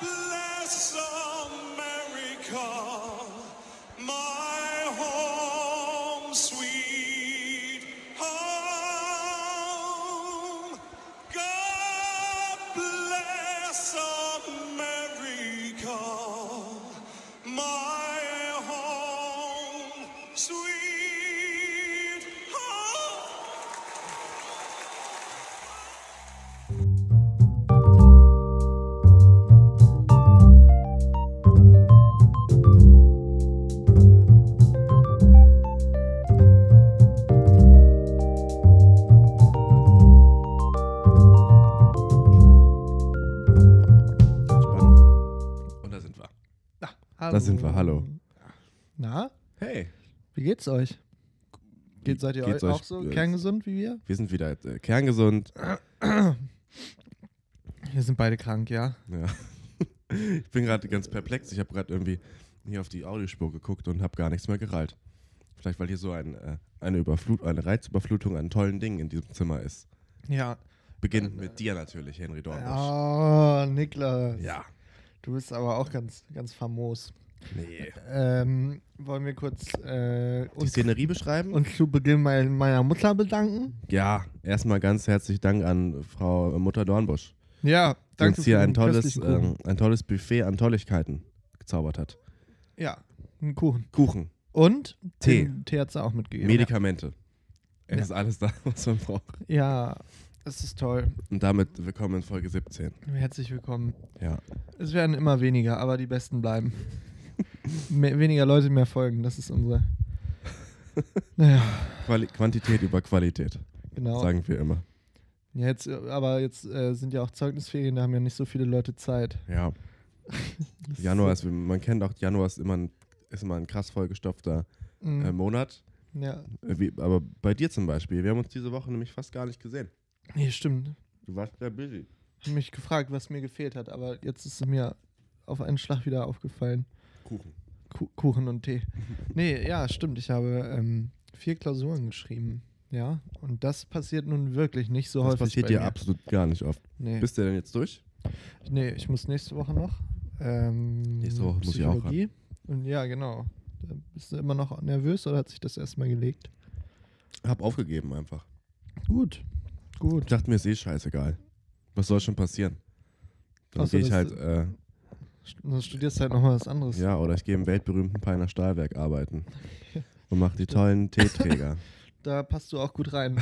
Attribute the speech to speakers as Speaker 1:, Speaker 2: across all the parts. Speaker 1: bless America, my home, sweet home. God bless America, my home, sweet home.
Speaker 2: Spannung. Und da sind wir.
Speaker 3: Na,
Speaker 2: Da sind wir, hallo.
Speaker 3: Na,
Speaker 2: Hey.
Speaker 3: wie geht's euch? Geht, seid ihr
Speaker 2: geht's
Speaker 3: eu-
Speaker 2: euch?
Speaker 3: auch so
Speaker 2: Äh,
Speaker 3: kerngesund wie wir?
Speaker 2: Wir sind wieder äh, kerngesund.
Speaker 3: Wir sind beide krank, ja.
Speaker 2: Ja. Ich bin gerade ganz perplex. Ich habe gerade irgendwie hier auf die Audiospur geguckt und habe gar nichts mehr gerallt. Vielleicht, weil hier so ein, äh, eine, Überflut eine Reizüberflutung an tollen Dingen in diesem Zimmer ist.
Speaker 3: Ja.
Speaker 2: Beginnend mit dir natürlich, Henry Dornbusch.
Speaker 3: Oh, Niklas.
Speaker 2: Ja.
Speaker 3: Du bist aber auch ganz, ganz famos.
Speaker 2: Nee.
Speaker 3: Ähm, wollen wir kurz äh,
Speaker 2: Die
Speaker 3: uns,
Speaker 2: Szenerie beschreiben?
Speaker 3: uns zu Beginn mein, meiner Mutter bedanken?
Speaker 2: ja, erstmal ganz herzlichen Dank an Frau äh, Mutter Dornbusch,
Speaker 3: Ja,
Speaker 2: die
Speaker 3: danke
Speaker 2: uns hier
Speaker 3: für
Speaker 2: ein
Speaker 3: den
Speaker 2: tolles,
Speaker 3: köstlichen Kuchen.
Speaker 2: ähm, ein tolles Buffet an Tolligkeiten gezaubert hat.
Speaker 3: ja, einen Kuchen.
Speaker 2: Kuchen,
Speaker 3: Und
Speaker 2: Tee.
Speaker 3: den Tee hat sie auch mitgegeben.
Speaker 2: Medikamente. Es
Speaker 3: Ja.
Speaker 2: ist alles da, was man braucht.
Speaker 3: Ja, es ist toll.
Speaker 2: Und damit willkommen in Folge 17.
Speaker 3: Herzlich willkommen.
Speaker 2: Ja.
Speaker 3: Es werden immer weniger, aber die Besten bleiben. mehr, weniger Leute, mehr Folgen. Das ist unsere. Naja,
Speaker 2: Quali Quantität über Qualität,
Speaker 3: genau.
Speaker 2: sagen wir immer.
Speaker 3: Ja, jetzt, äh, aber jetzt äh, sind ja auch Zeugnisferien, da haben ja nicht so viele Leute Zeit.
Speaker 2: Ja.
Speaker 3: Das
Speaker 2: Januar
Speaker 3: ist.
Speaker 2: ist, man kennt auch, Januar ist immer ein, ist immer ein krass vollgestopfter äh,
Speaker 3: Mm,
Speaker 2: Monat.
Speaker 3: ja,
Speaker 2: Äh, Wie, aber bei dir zum Beispiel, wir haben uns diese Woche nämlich fast gar nicht gesehen.
Speaker 3: nee, stimmt.
Speaker 2: Du warst sehr busy.
Speaker 3: Ich mich gefragt, was mir gefehlt hat, aber jetzt ist es mir auf einen Schlag wieder aufgefallen.
Speaker 2: Kuchen.
Speaker 3: Ku Kuchen und Tee. Nee, ja, stimmt. Ich habe ähm, vier Klausuren geschrieben. Ja, und das passiert nun wirklich nicht so
Speaker 2: Das
Speaker 3: häufig.
Speaker 2: passiert
Speaker 3: bei
Speaker 2: dir
Speaker 3: mir.
Speaker 2: absolut gar nicht oft.
Speaker 3: Nee.
Speaker 2: Bist du denn jetzt durch?
Speaker 3: Nee, ich muss nächste Woche noch. Ähm,
Speaker 2: Nächste Woche muss ich auch
Speaker 3: Psychologie. Und ja, genau. Da Bist du immer noch nervös oder hat sich das erstmal gelegt?
Speaker 2: Hab aufgegeben einfach.
Speaker 3: Gut.
Speaker 2: Ich
Speaker 3: Gut.
Speaker 2: dachte mir, ist eh scheißegal. Was soll schon passieren? Dann
Speaker 3: Außer,
Speaker 2: gehe ich halt,
Speaker 3: dass
Speaker 2: äh,
Speaker 3: St- Du studierst halt nochmal was anderes.
Speaker 2: ja, oder ich gehe im weltberühmten Peiner Stahlwerk arbeiten und mache die tollen Teeträger.
Speaker 3: Da passt du auch gut rein.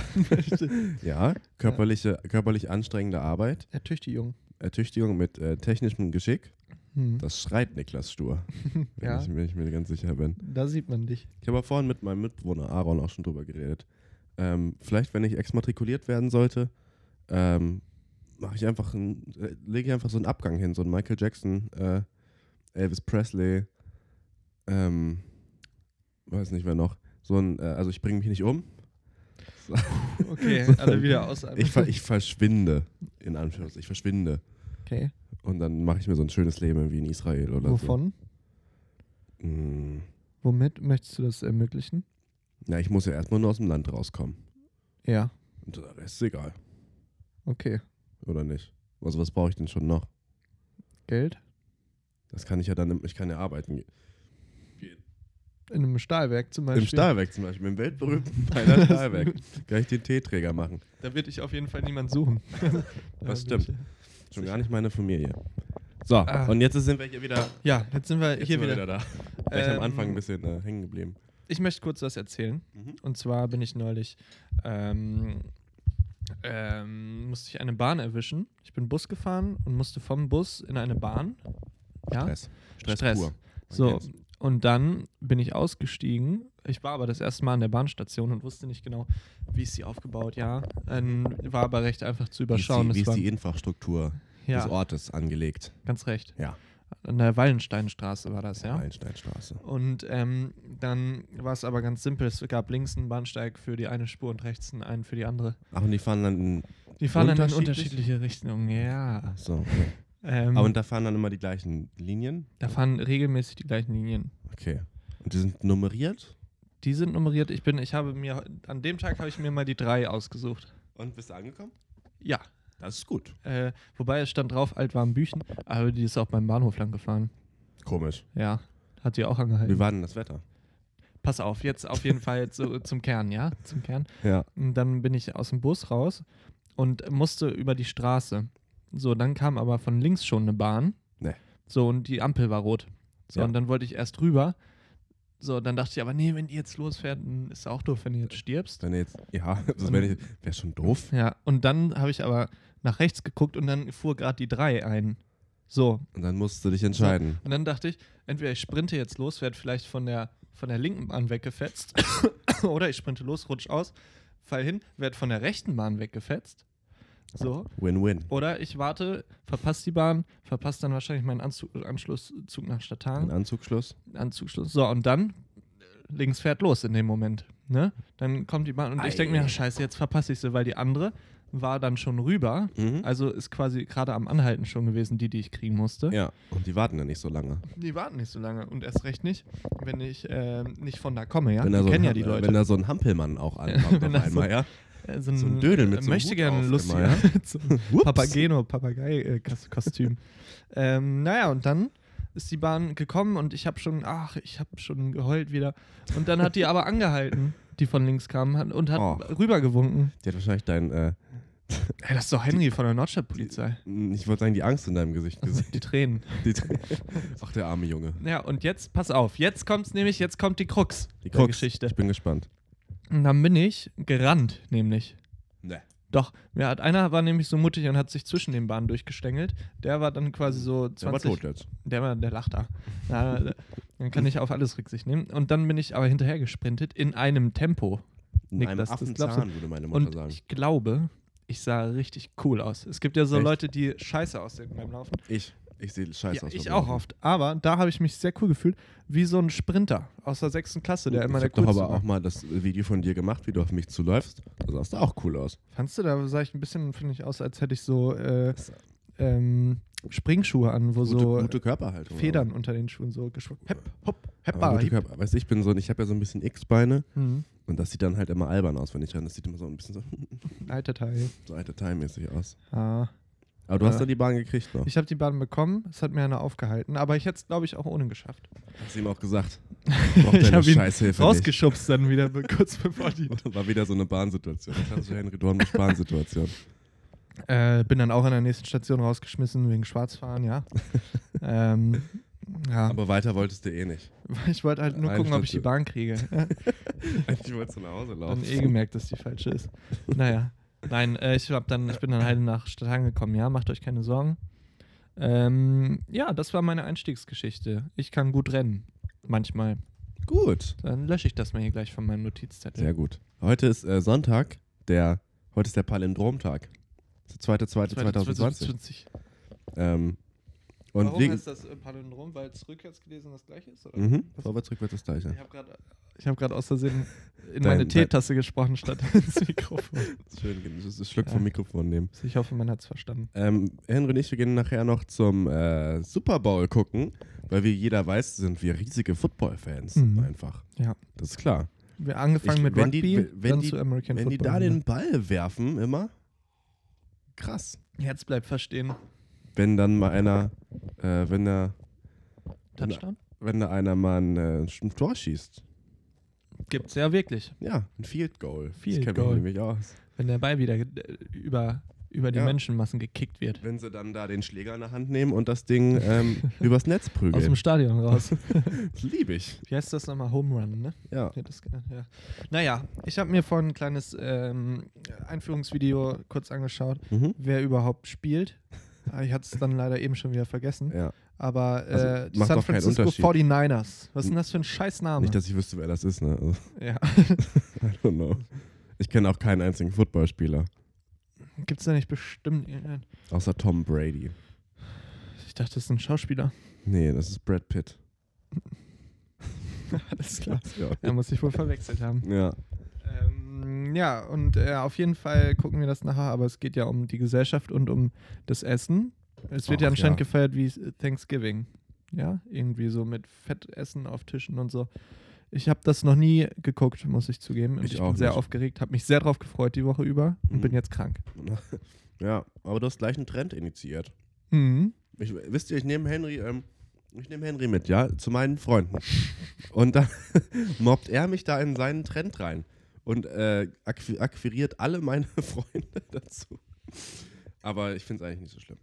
Speaker 2: Ja, körperliche, körperlich anstrengende Arbeit,
Speaker 3: Ertüchtig jung.
Speaker 2: Ertüchtigung mit äh, technischem Geschick.
Speaker 3: Hm.
Speaker 2: Das schreit Niklas Stur, wenn,
Speaker 3: Ja,
Speaker 2: ich, wenn ich mir ganz sicher bin.
Speaker 3: da sieht man dich.
Speaker 2: Ich habe vorhin mit meinem Mitbewohner Aaron auch schon drüber geredet. Ähm, vielleicht, wenn ich exmatrikuliert werden sollte, ähm, mache ich einfach, ein, äh, lege ich einfach so einen Abgang hin, so einen Michael Jackson, äh, Elvis Presley, ähm, weiß nicht wer noch. So ein, äh, also ich bringe mich nicht um.
Speaker 3: Okay, alle wieder aus.
Speaker 2: halt. Ich, ver ich verschwinde, in Anführungszeichen. Ich verschwinde.
Speaker 3: okay.
Speaker 2: Und dann mache ich mir so ein schönes Leben wie in Israel oder
Speaker 3: Wovon?
Speaker 2: so. Mm.
Speaker 3: Womit möchtest du das ermöglichen?
Speaker 2: Na, ich muss ja erstmal nur aus dem Land rauskommen.
Speaker 3: Ja,
Speaker 2: Und der Rest ist egal,
Speaker 3: okay.
Speaker 2: oder nicht? Also was brauche ich denn schon noch?
Speaker 3: Geld?
Speaker 2: Das kann ich ja dann, im- ich kann ja arbeiten. gehen.
Speaker 3: In einem Stahlwerk zum Beispiel.
Speaker 2: Im Stahlwerk zum Beispiel, im weltberühmten Peiner Stahlwerk. Kann ich den Teeträger machen.
Speaker 3: Da wird dich auf jeden Fall niemand suchen.
Speaker 2: Das
Speaker 3: Da bin ich-
Speaker 2: stimmt. Schon gar nicht meine Familie. So,
Speaker 3: Ah.
Speaker 2: und jetzt sind wir hier wieder,
Speaker 3: Ja, jetzt sind wir
Speaker 2: jetzt
Speaker 3: hier
Speaker 2: sind wir
Speaker 3: wieder.
Speaker 2: wieder da. Vielleicht
Speaker 3: Ähm,
Speaker 2: am Anfang ein bisschen äh, hängen geblieben.
Speaker 3: Ich möchte kurz was erzählen.
Speaker 2: Mhm.
Speaker 3: Und zwar bin ich neulich, ähm, ähm, musste ich eine Bahn erwischen. Ich bin Bus gefahren und musste vom Bus in eine Bahn. Ja.
Speaker 2: Stress. Stress,
Speaker 3: Stress.
Speaker 2: pur. Man
Speaker 3: So,
Speaker 2: kennt's.
Speaker 3: und dann bin ich ausgestiegen. Ich war aber das erste Mal an der Bahnstation und wusste nicht genau, wie ist sie aufgebaut, ja. Ähm, war aber recht einfach zu überschauen.
Speaker 2: Wie ist die, wie
Speaker 3: Es
Speaker 2: ist die Infrastruktur
Speaker 3: war, ja,
Speaker 2: des Ortes angelegt?
Speaker 3: ganz recht.
Speaker 2: Ja.
Speaker 3: An der Wallensteinstraße war das, ja.
Speaker 2: Einsteinstraße.
Speaker 3: Und ähm, dann war es aber ganz simpel. Es gab links einen Bahnsteig für die eine Spur und rechts einen für die andere.
Speaker 2: Ach, und die fahren dann in,
Speaker 3: Die fahren dann in
Speaker 2: Unterschiedlich?
Speaker 3: unterschiedliche Richtungen, ja.
Speaker 2: so. okay.
Speaker 3: Ähm,
Speaker 2: Aber und da fahren dann immer die gleichen Linien?
Speaker 3: da fahren regelmäßig die gleichen Linien.
Speaker 2: Okay. Und die sind nummeriert?
Speaker 3: Die sind nummeriert. Ich bin, ich habe mir, an dem Tag habe ich mir mal die drei ausgesucht.
Speaker 2: Und bist du angekommen?
Speaker 3: Ja,
Speaker 4: Das ist gut.
Speaker 3: Äh, wobei es stand drauf, Altwarmbüchen, aber die ist auch beim Bahnhof lang gefahren.
Speaker 2: Komisch.
Speaker 3: Ja, hat sie auch
Speaker 2: Wie
Speaker 3: angehalten.
Speaker 2: war denn das Wetter?
Speaker 3: Pass auf, jetzt auf jeden Fall zu, zum Kern, ja? Zum Kern.
Speaker 2: Ja.
Speaker 3: Und dann bin ich aus dem Bus raus und musste über die Straße. So, dann kam aber von links schon eine Bahn.
Speaker 2: Nee.
Speaker 3: So, und die Ampel war rot. So,
Speaker 2: Ja.
Speaker 3: und dann wollte ich erst rüber. So, dann dachte ich aber, nee, wenn die jetzt losfährt, dann ist auch doof, wenn du jetzt stirbst.
Speaker 2: Wenn ihr jetzt, ja,
Speaker 3: Ähm.
Speaker 2: das wäre wär schon doof.
Speaker 3: Ja, und dann habe ich aber nach rechts geguckt und dann fuhr gerade die 3 ein. So,
Speaker 2: Und dann musst du dich entscheiden.
Speaker 3: und dann dachte ich, entweder ich sprinte jetzt los, werde vielleicht von der, von der linken Bahn weggefetzt, oder ich sprinte los, rutsch aus, fall hin, werde von der rechten Bahn weggefetzt. So.
Speaker 2: Win-win.
Speaker 3: Oder ich warte, verpasse die Bahn, verpasse dann wahrscheinlich meinen Anzug, Anschlusszug nach
Speaker 2: Ein
Speaker 3: Stadthagen.
Speaker 2: Anzugschluss.
Speaker 3: Anzugschluss. So, und dann äh, links fährt los in dem Moment. Ne? Dann kommt die Bahn und ich denke mir, scheiße, jetzt verpasse ich sie, weil die andere war dann schon rüber.
Speaker 2: Mhm.
Speaker 3: Also ist quasi gerade am Anhalten schon gewesen, die, die ich kriegen musste.
Speaker 2: Ja. Und die warten ja nicht so lange.
Speaker 3: Die warten nicht so lange und erst recht nicht, wenn ich ähm, nicht von da komme, ja?
Speaker 2: wenn
Speaker 3: Die
Speaker 2: da so
Speaker 3: kennen
Speaker 2: ein,
Speaker 3: ja die
Speaker 2: äh,
Speaker 3: Leute.
Speaker 2: Wenn da so ein Hampelmann auch ankommt
Speaker 3: Wenn
Speaker 2: auf
Speaker 3: da so-
Speaker 2: einmal, ja.
Speaker 3: Äh,
Speaker 2: so ein Dödel mit so einem
Speaker 3: Möchte
Speaker 2: Hut
Speaker 3: gerne
Speaker 2: auf
Speaker 3: Lust,
Speaker 2: immer,
Speaker 3: ja.
Speaker 2: ja.
Speaker 3: so
Speaker 2: Whoops.
Speaker 3: Papageno, Papagei-Kostüm. ähm, naja, und dann ist die Bahn gekommen und ich habe schon, ach, ich habe schon geheult wieder. Und dann hat die aber angehalten, die von links kam hat- und hat
Speaker 2: Oh.
Speaker 3: rübergewunken.
Speaker 2: Die hat wahrscheinlich dein, äh, hm,
Speaker 3: Ey, das ist doch Henry von der Nordstadtpolizei.
Speaker 2: ich wollte sagen, die Angst in deinem Gesicht gesehen.
Speaker 3: Die Tränen.
Speaker 2: Die- Ach, der arme Junge.
Speaker 3: Ja, und jetzt, pass auf, jetzt kommt's nämlich, jetzt kommt die Krux
Speaker 2: Die
Speaker 3: der
Speaker 2: Krux.
Speaker 3: Geschichte.
Speaker 2: Ich bin gespannt.
Speaker 3: Und dann bin ich gerannt, nämlich.
Speaker 2: Ne.
Speaker 3: Doch, ja, einer war nämlich so mutig und hat sich zwischen den Bahnen durchgestängelt. Der war dann quasi so 20.
Speaker 2: Der war tot jetzt.
Speaker 3: Der, war, der lacht da. Na, da- dann kann ich auf alles Rücksicht nehmen. Und dann bin ich aber hinterher gesprintet in einem Tempo.
Speaker 2: In
Speaker 3: Nick,
Speaker 2: einem
Speaker 3: das- das glaubst
Speaker 2: Affenzahn, würde meine Mutter
Speaker 3: Und
Speaker 2: sagen.
Speaker 3: ich glaube, ich sah richtig cool aus. Es gibt ja so
Speaker 2: Echt?
Speaker 3: Leute, die scheiße aussehen beim Laufen.
Speaker 2: Ich. Ich sehe scheiße
Speaker 3: Ja,
Speaker 2: aus.
Speaker 3: ich
Speaker 2: beim
Speaker 3: auch
Speaker 2: Laufen.
Speaker 3: oft. Aber da habe ich mich sehr cool gefühlt, wie so ein Sprinter aus der sechsten Klasse, der immer
Speaker 2: ich
Speaker 3: der
Speaker 2: hab doch
Speaker 3: coolste
Speaker 2: aber auch
Speaker 3: war.
Speaker 2: mal das Video von dir gemacht, wie du auf mich zuläufst. Da sahst du auch cool aus.
Speaker 3: Fandst du, da sah ich ein bisschen, finde ich, aus, als hätte ich so äh, ähm, Springschuhe an, wo
Speaker 2: Gute,
Speaker 3: so
Speaker 2: gute Körperhaltung.
Speaker 3: Also Federn unter den Schuhen so geschwungen. Hep, hopp,
Speaker 2: Aber,
Speaker 3: heppa,
Speaker 2: aber gute
Speaker 3: hip.
Speaker 2: Körper. Weißt du, ich bin so, ein- ich habe ja so ein bisschen X-Beine
Speaker 3: Hm,
Speaker 2: und das sieht dann halt immer albern aus, wenn ich renne. Das sieht immer so ein bisschen so,
Speaker 3: alter Teil.
Speaker 2: so alte Teilmäßig aus.
Speaker 3: Ah.
Speaker 2: Aber du hast
Speaker 3: Ja.
Speaker 2: dann die Bahn gekriegt noch.
Speaker 3: Ich habe die Bahn bekommen, es hat mir einer aufgehalten, aber ich hätte es, glaube ich, auch ohne geschafft.
Speaker 2: Hast du ihm auch gesagt. Braucht deine
Speaker 3: hab ihn
Speaker 2: Scheißhilfe nicht.
Speaker 3: Rausgeschubst dann wieder be- kurz bevor die.
Speaker 2: War wieder so eine Bahnsituation. Klassische Henry Dornbusch Bahnsituation.
Speaker 3: Äh, bin dann auch an der nächsten Station rausgeschmissen wegen Schwarzfahren, ja. ähm, ja,
Speaker 2: Aber weiter wolltest du eh nicht.
Speaker 3: ich wollte halt nur
Speaker 2: eine
Speaker 3: gucken, ob ich die
Speaker 2: Station.
Speaker 3: Bahn kriege.
Speaker 2: Eigentlich wolltest du nach Hause
Speaker 3: dann
Speaker 2: laufen.
Speaker 3: eh gemerkt, dass die falsche ist. Naja. Nein, äh, ich, hab dann, ich bin dann halt nach Stadthagen gekommen, ja, macht euch keine Sorgen. Ähm, ja, das war meine Einstiegsgeschichte. Ich kann gut rennen. Manchmal.
Speaker 2: Gut.
Speaker 3: Dann lösche ich das mal hier gleich von meinem Notizzettel.
Speaker 2: Sehr gut. Heute ist äh, Sonntag, der, heute ist der Palindromtag. Der zweite, zweite, 2020.
Speaker 3: 2020.
Speaker 2: Ähm, und
Speaker 3: Warum
Speaker 2: wegen-
Speaker 3: heißt das äh, Palindrom? Weil es rückwärts gelesen das gleiche ist? Oder?
Speaker 2: Mhm.
Speaker 3: Was-
Speaker 2: Vorwärts, rückwärts das gleiche.
Speaker 3: Ich habe gerade ich hab grad aus Versehen in
Speaker 2: Dein-
Speaker 3: meine
Speaker 2: dein-
Speaker 3: Teetasse gesprochen statt ins Mikrofon.
Speaker 2: Schön, das ist ein Schluck
Speaker 3: Ja.
Speaker 2: vom Mikrofon nehmen.
Speaker 3: Ich hoffe, man hat es verstanden.
Speaker 2: Ähm, Henry und ich, wir gehen nachher noch zum äh, Super Bowl gucken, weil wie jeder weiß, sind wir riesige Football-Fans
Speaker 3: Mhm.
Speaker 2: einfach.
Speaker 3: Ja.
Speaker 2: Das ist klar.
Speaker 3: Wir haben angefangen
Speaker 2: Ich-
Speaker 3: mit
Speaker 2: wenn
Speaker 3: Rugby,
Speaker 2: die- wenn
Speaker 3: dann
Speaker 2: die-
Speaker 3: zu American
Speaker 2: Wenn die
Speaker 3: Football.
Speaker 2: da
Speaker 3: ne?
Speaker 2: den Ball werfen immer, krass.
Speaker 3: Herz bleibt verstehen.
Speaker 2: Wenn dann mal einer, äh, wenn da,
Speaker 3: Touchdown?
Speaker 2: wenn da einer mal ein, äh, ein Tor schießt.
Speaker 3: Gibt's ja wirklich.
Speaker 2: Ja, ein Field Goal.
Speaker 3: Field
Speaker 2: das kennt
Speaker 3: Goal.
Speaker 2: man nämlich aus.
Speaker 3: Wenn der Ball wieder äh, über, über die
Speaker 2: Ja.
Speaker 3: Menschenmassen gekickt wird.
Speaker 2: Wenn sie dann da den Schläger in der Hand nehmen und das Ding ähm, übers Netz
Speaker 3: Aus dem
Speaker 2: prügeln.
Speaker 3: Stadion raus.
Speaker 2: Das liebe ich.
Speaker 3: Wie heißt das nochmal? Home Run, ne?
Speaker 2: Ja.
Speaker 3: Ja, das, ja. Naja, ich habe mir vorhin ein kleines ähm, Einführungsvideo kurz angeschaut,
Speaker 2: Mhm.
Speaker 3: wer überhaupt spielt. Ah, Ich hatte es dann leider eben schon wieder vergessen.
Speaker 2: Ja.
Speaker 3: Aber äh,
Speaker 2: Also,
Speaker 3: die
Speaker 2: macht
Speaker 3: San
Speaker 2: doch keinen
Speaker 3: Francisco
Speaker 2: Unterschied.
Speaker 3: 49ers. Was ist denn das für ein Scheißname?
Speaker 2: Nicht, dass ich wüsste, wer das ist, ne? Also,
Speaker 3: ja.
Speaker 2: I don't know. Ich kenne auch keinen einzigen Footballspieler.
Speaker 3: Gibt es da nicht bestimmt. irgendeinen?
Speaker 2: Außer Tom Brady.
Speaker 3: Ich dachte, das ist ein Schauspieler.
Speaker 2: Nee, das ist Brad Pitt.
Speaker 3: Alles klar.
Speaker 2: Ja.
Speaker 3: Er muss sich wohl verwechselt haben.
Speaker 2: ja.
Speaker 3: Ähm, ja, und äh, auf jeden Fall gucken wir das nachher, aber es geht ja um die Gesellschaft und um das Essen. Es wird ja
Speaker 2: Ach,
Speaker 3: anscheinend
Speaker 2: ja.
Speaker 3: äh, gefeiert wie Thanksgiving. Ja, irgendwie so mit Fettessen auf Tischen und so. Ich habe das noch nie geguckt, muss ich zugeben. Und
Speaker 2: Ich
Speaker 3: ich
Speaker 2: auch
Speaker 3: bin sehr
Speaker 2: nicht.
Speaker 3: aufgeregt, habe mich sehr drauf gefreut die Woche über und
Speaker 2: Mhm.
Speaker 3: bin jetzt krank.
Speaker 2: Ja, aber du hast gleich einen Trend initiiert.
Speaker 3: Mhm.
Speaker 2: Ich, wisst ihr, ich nehme Henry, ähm, ich nehme Henry mit, ja, zu meinen Freunden. Und dann mobbt er mich da in seinen Trend rein und äh, acqui- akquiriert alle meine Freunde dazu. Aber ich finde es eigentlich nicht so schlimm.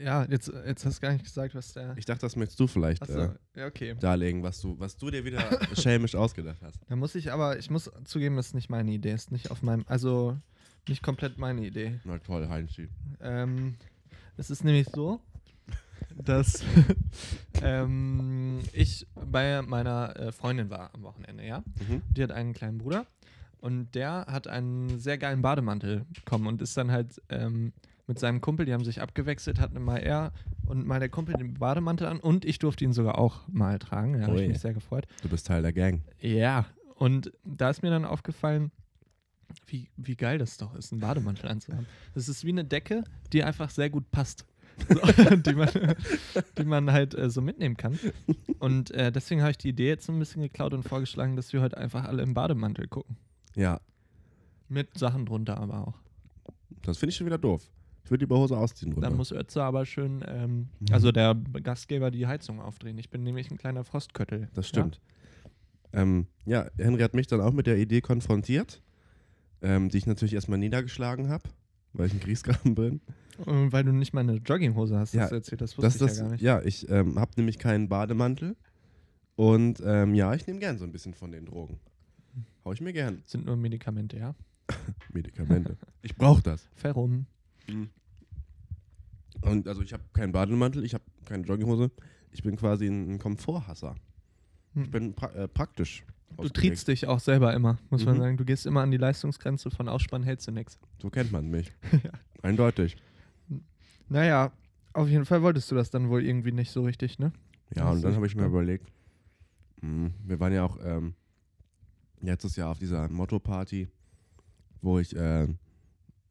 Speaker 3: Ja, jetzt, jetzt hast du gar nicht gesagt, was der.
Speaker 2: Ich dachte, das möchtest du vielleicht
Speaker 3: Achso,
Speaker 2: äh,
Speaker 3: ja, okay.
Speaker 2: darlegen, was du, was du dir wieder schelmisch ausgedacht hast.
Speaker 3: Da muss ich aber, ich muss zugeben, das ist nicht meine Idee, ist nicht auf meinem, also nicht komplett meine Idee.
Speaker 2: Na toll, Heinzi.
Speaker 3: Ähm, es ist nämlich so, dass ähm, ich bei meiner äh, Freundin war am Wochenende, ja.
Speaker 2: Mhm.
Speaker 3: Die hat einen kleinen Bruder und der hat einen sehr geilen Bademantel bekommen und ist dann halt ähm, mit seinem Kumpel, die haben sich abgewechselt, hatten mal er und mal der Kumpel den Bademantel an und ich durfte ihn sogar auch mal tragen. Da habe
Speaker 2: Ui.
Speaker 3: ich mich sehr gefreut.
Speaker 2: Du bist Teil der Gang.
Speaker 3: Ja, und da ist mir dann aufgefallen, wie, wie geil das doch ist, einen Bademantel anzuhaben. Das ist wie eine Decke, die einfach sehr gut passt. So, die, man, die man halt äh, so mitnehmen kann. Und äh, deswegen habe ich die Idee jetzt so ein bisschen geklaut und vorgeschlagen, dass wir heute einfach alle im Bademantel gucken.
Speaker 2: Ja,
Speaker 3: Mit Sachen drunter aber auch.
Speaker 2: das finde ich schon wieder doof. Ich würde die Hose ausziehen drunter.
Speaker 3: Dann muss Ötze aber schön, ähm,
Speaker 2: Mhm.
Speaker 3: also der Gastgeber, die Heizung aufdrehen. Ich bin nämlich ein kleiner Frostköttel.
Speaker 2: Das stimmt. Ja, ähm, ja Henry hat mich dann auch mit der Idee konfrontiert, ähm, die ich natürlich erstmal niedergeschlagen habe, weil ich ein Griesgraben bin.
Speaker 3: Ja? Äh, Weil du nicht mal eine Jogginghose hast,
Speaker 2: Ja,
Speaker 3: das erzählt, das wusste ich
Speaker 2: das,
Speaker 3: ja gar nicht.
Speaker 2: ja, ich ähm, habe nämlich keinen Bademantel. Und ähm, ja, ich nehme gern so ein bisschen von den Drogen. Hau ich mir gern
Speaker 3: Sind nur Medikamente, ja.
Speaker 2: Medikamente. ich brauche das.
Speaker 3: Ferrum.
Speaker 2: Und also ich habe keinen Bademantel, ich habe keine Jogginghose. Ich bin quasi ein ein Komforthasser. Ich
Speaker 3: Hm.
Speaker 2: bin pra äh, praktisch.
Speaker 3: Du
Speaker 2: ausgelegt.
Speaker 3: triebst dich auch selber immer, muss man
Speaker 2: Mhm.
Speaker 3: sagen. Du gehst immer an die Leistungsgrenze von Ausspann, hältst du nix.
Speaker 2: So kennt man mich. Eindeutig.
Speaker 3: Naja, auf jeden Fall wolltest du das dann wohl irgendwie nicht so richtig, ne?
Speaker 2: Ja,
Speaker 3: Das
Speaker 2: und
Speaker 3: ist
Speaker 2: dann
Speaker 3: echt
Speaker 2: habe ich mir
Speaker 3: dumm.
Speaker 2: überlegt, mh, wir waren ja auch ähm, letztes Jahr auf dieser Motto-Party, wo ich äh,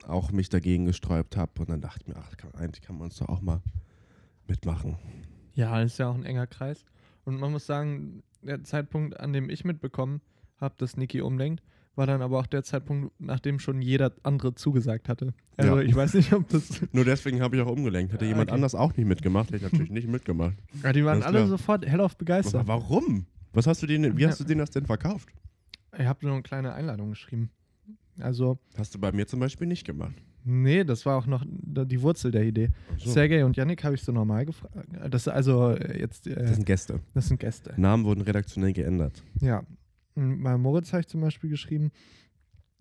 Speaker 2: auch mich dagegen gesträubt habe und dann dachte ich mir, ach, kann, eigentlich kann man uns doch auch mal mitmachen.
Speaker 3: Ja, ist ja auch ein enger Kreis. Und man muss sagen, der Zeitpunkt, an dem ich mitbekommen habe, dass Niki umdenkt, war dann aber auch der Zeitpunkt, nachdem schon jeder andere zugesagt hatte. Also
Speaker 2: Ja.
Speaker 3: ich weiß nicht, ob das.
Speaker 2: Nur deswegen habe ich auch umgelenkt. Hätte
Speaker 3: Ah,
Speaker 2: jemand
Speaker 3: okay.
Speaker 2: anders auch nicht mitgemacht, hätte ich natürlich nicht mitgemacht.
Speaker 3: Ja, die waren
Speaker 2: Alles
Speaker 3: alle
Speaker 2: klar.
Speaker 3: sofort hellauf begeistert.
Speaker 2: Aber warum? Was hast du denen, wie hast du denen das denn verkauft?
Speaker 3: Ich habe nur eine kleine Einladung geschrieben. Also,
Speaker 2: Hast du bei mir zum Beispiel nicht gemacht.
Speaker 3: nee, das war auch noch die Wurzel der Idee.
Speaker 2: Ach so.
Speaker 3: Sergej und Yannick habe ich so normal gefragt. Das also äh, jetzt,
Speaker 2: Das
Speaker 3: äh,
Speaker 2: sind Hm. Gäste.
Speaker 3: das sind Gäste.
Speaker 2: Namen wurden redaktionell geändert.
Speaker 3: Ja. Und Bei Moritz habe ich zum Beispiel geschrieben: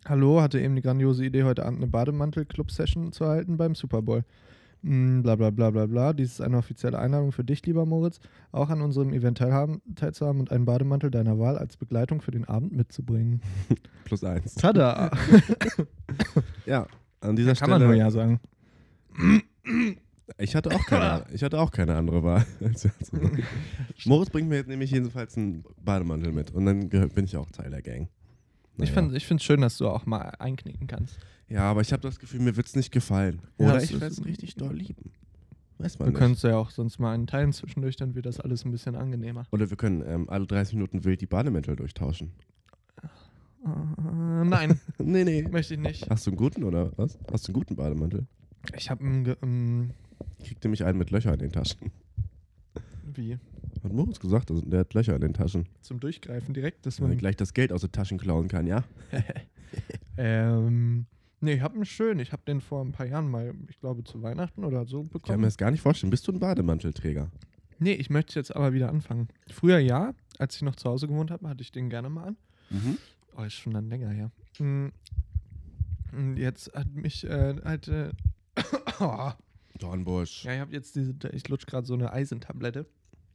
Speaker 3: Hallo, hatte eben die grandiose Idee, heute Abend eine Bademantel-Club-Session zu halten beim Super Bowl. Mm, Bla bla bla bla bla. Dies ist eine offizielle Einladung für dich, lieber Moritz, auch an unserem Event teilhaben, teilzuhaben und einen Bademantel deiner Wahl als Begleitung für den Abend mitzubringen.
Speaker 2: Plus eins.
Speaker 3: Tada!
Speaker 2: Ja, an dieser
Speaker 3: Kann
Speaker 2: Stelle.
Speaker 3: man nur ja sagen.
Speaker 2: Ich hatte auch keine, ich hatte auch keine andere Wahl. als er zu sagen. Moritz bringt mir jetzt nämlich jedenfalls einen Bademantel mit und dann gehör- bin ich auch Teil der Gang.
Speaker 3: Ich
Speaker 2: Naja.
Speaker 3: finde es schön, dass du auch mal einknicken kannst.
Speaker 2: ja, aber ich habe das Gefühl, mir wird es nicht gefallen.
Speaker 3: Ja,
Speaker 2: Oder
Speaker 3: das
Speaker 2: ich
Speaker 3: ist-
Speaker 2: werde es richtig doll lieben. Weiß man
Speaker 3: Wir
Speaker 2: nicht.
Speaker 3: können es ja auch sonst mal einen teilen zwischendurch, dann wird das alles ein bisschen angenehmer.
Speaker 2: Oder wir können ähm, alle 30 Minuten wild die Bademäntel durchtauschen.
Speaker 3: Äh, nein,
Speaker 2: nee, nee.
Speaker 3: möchte ich nicht.
Speaker 2: Hast du einen guten oder was? Hast du einen guten Bademantel?
Speaker 3: Ich habe einen. Ge- ähm,
Speaker 2: Kriegt nämlich einen mit Löcher in den Taschen.
Speaker 3: Wie?
Speaker 2: Hat Moritz gesagt, also der hat Löcher in den Taschen.
Speaker 3: Zum Durchgreifen direkt, dass
Speaker 2: Dass man
Speaker 3: man.
Speaker 2: gleich das Geld aus den Taschen klauen kann, ja?
Speaker 3: Ähm, nee, ich hab einen schön. Ich hab den vor ein paar Jahren mal, ich glaube, zu Weihnachten oder so
Speaker 2: Ich kann mir
Speaker 3: bekommen.
Speaker 2: das gar nicht vorstellen. Bist du ein Bademantelträger?
Speaker 3: nee, ich möchte jetzt aber wieder anfangen. Früher ja, als ich noch zu Hause gewohnt habe, hatte ich den gerne mal an.
Speaker 2: Mhm.
Speaker 3: Oh, ist schon dann länger her. Mm. Und Jetzt hat mich äh, halt. Äh, ja,
Speaker 2: Dornbusch.
Speaker 3: ich hab jetzt diese. Ich lutsch gerade so eine Eisentablette.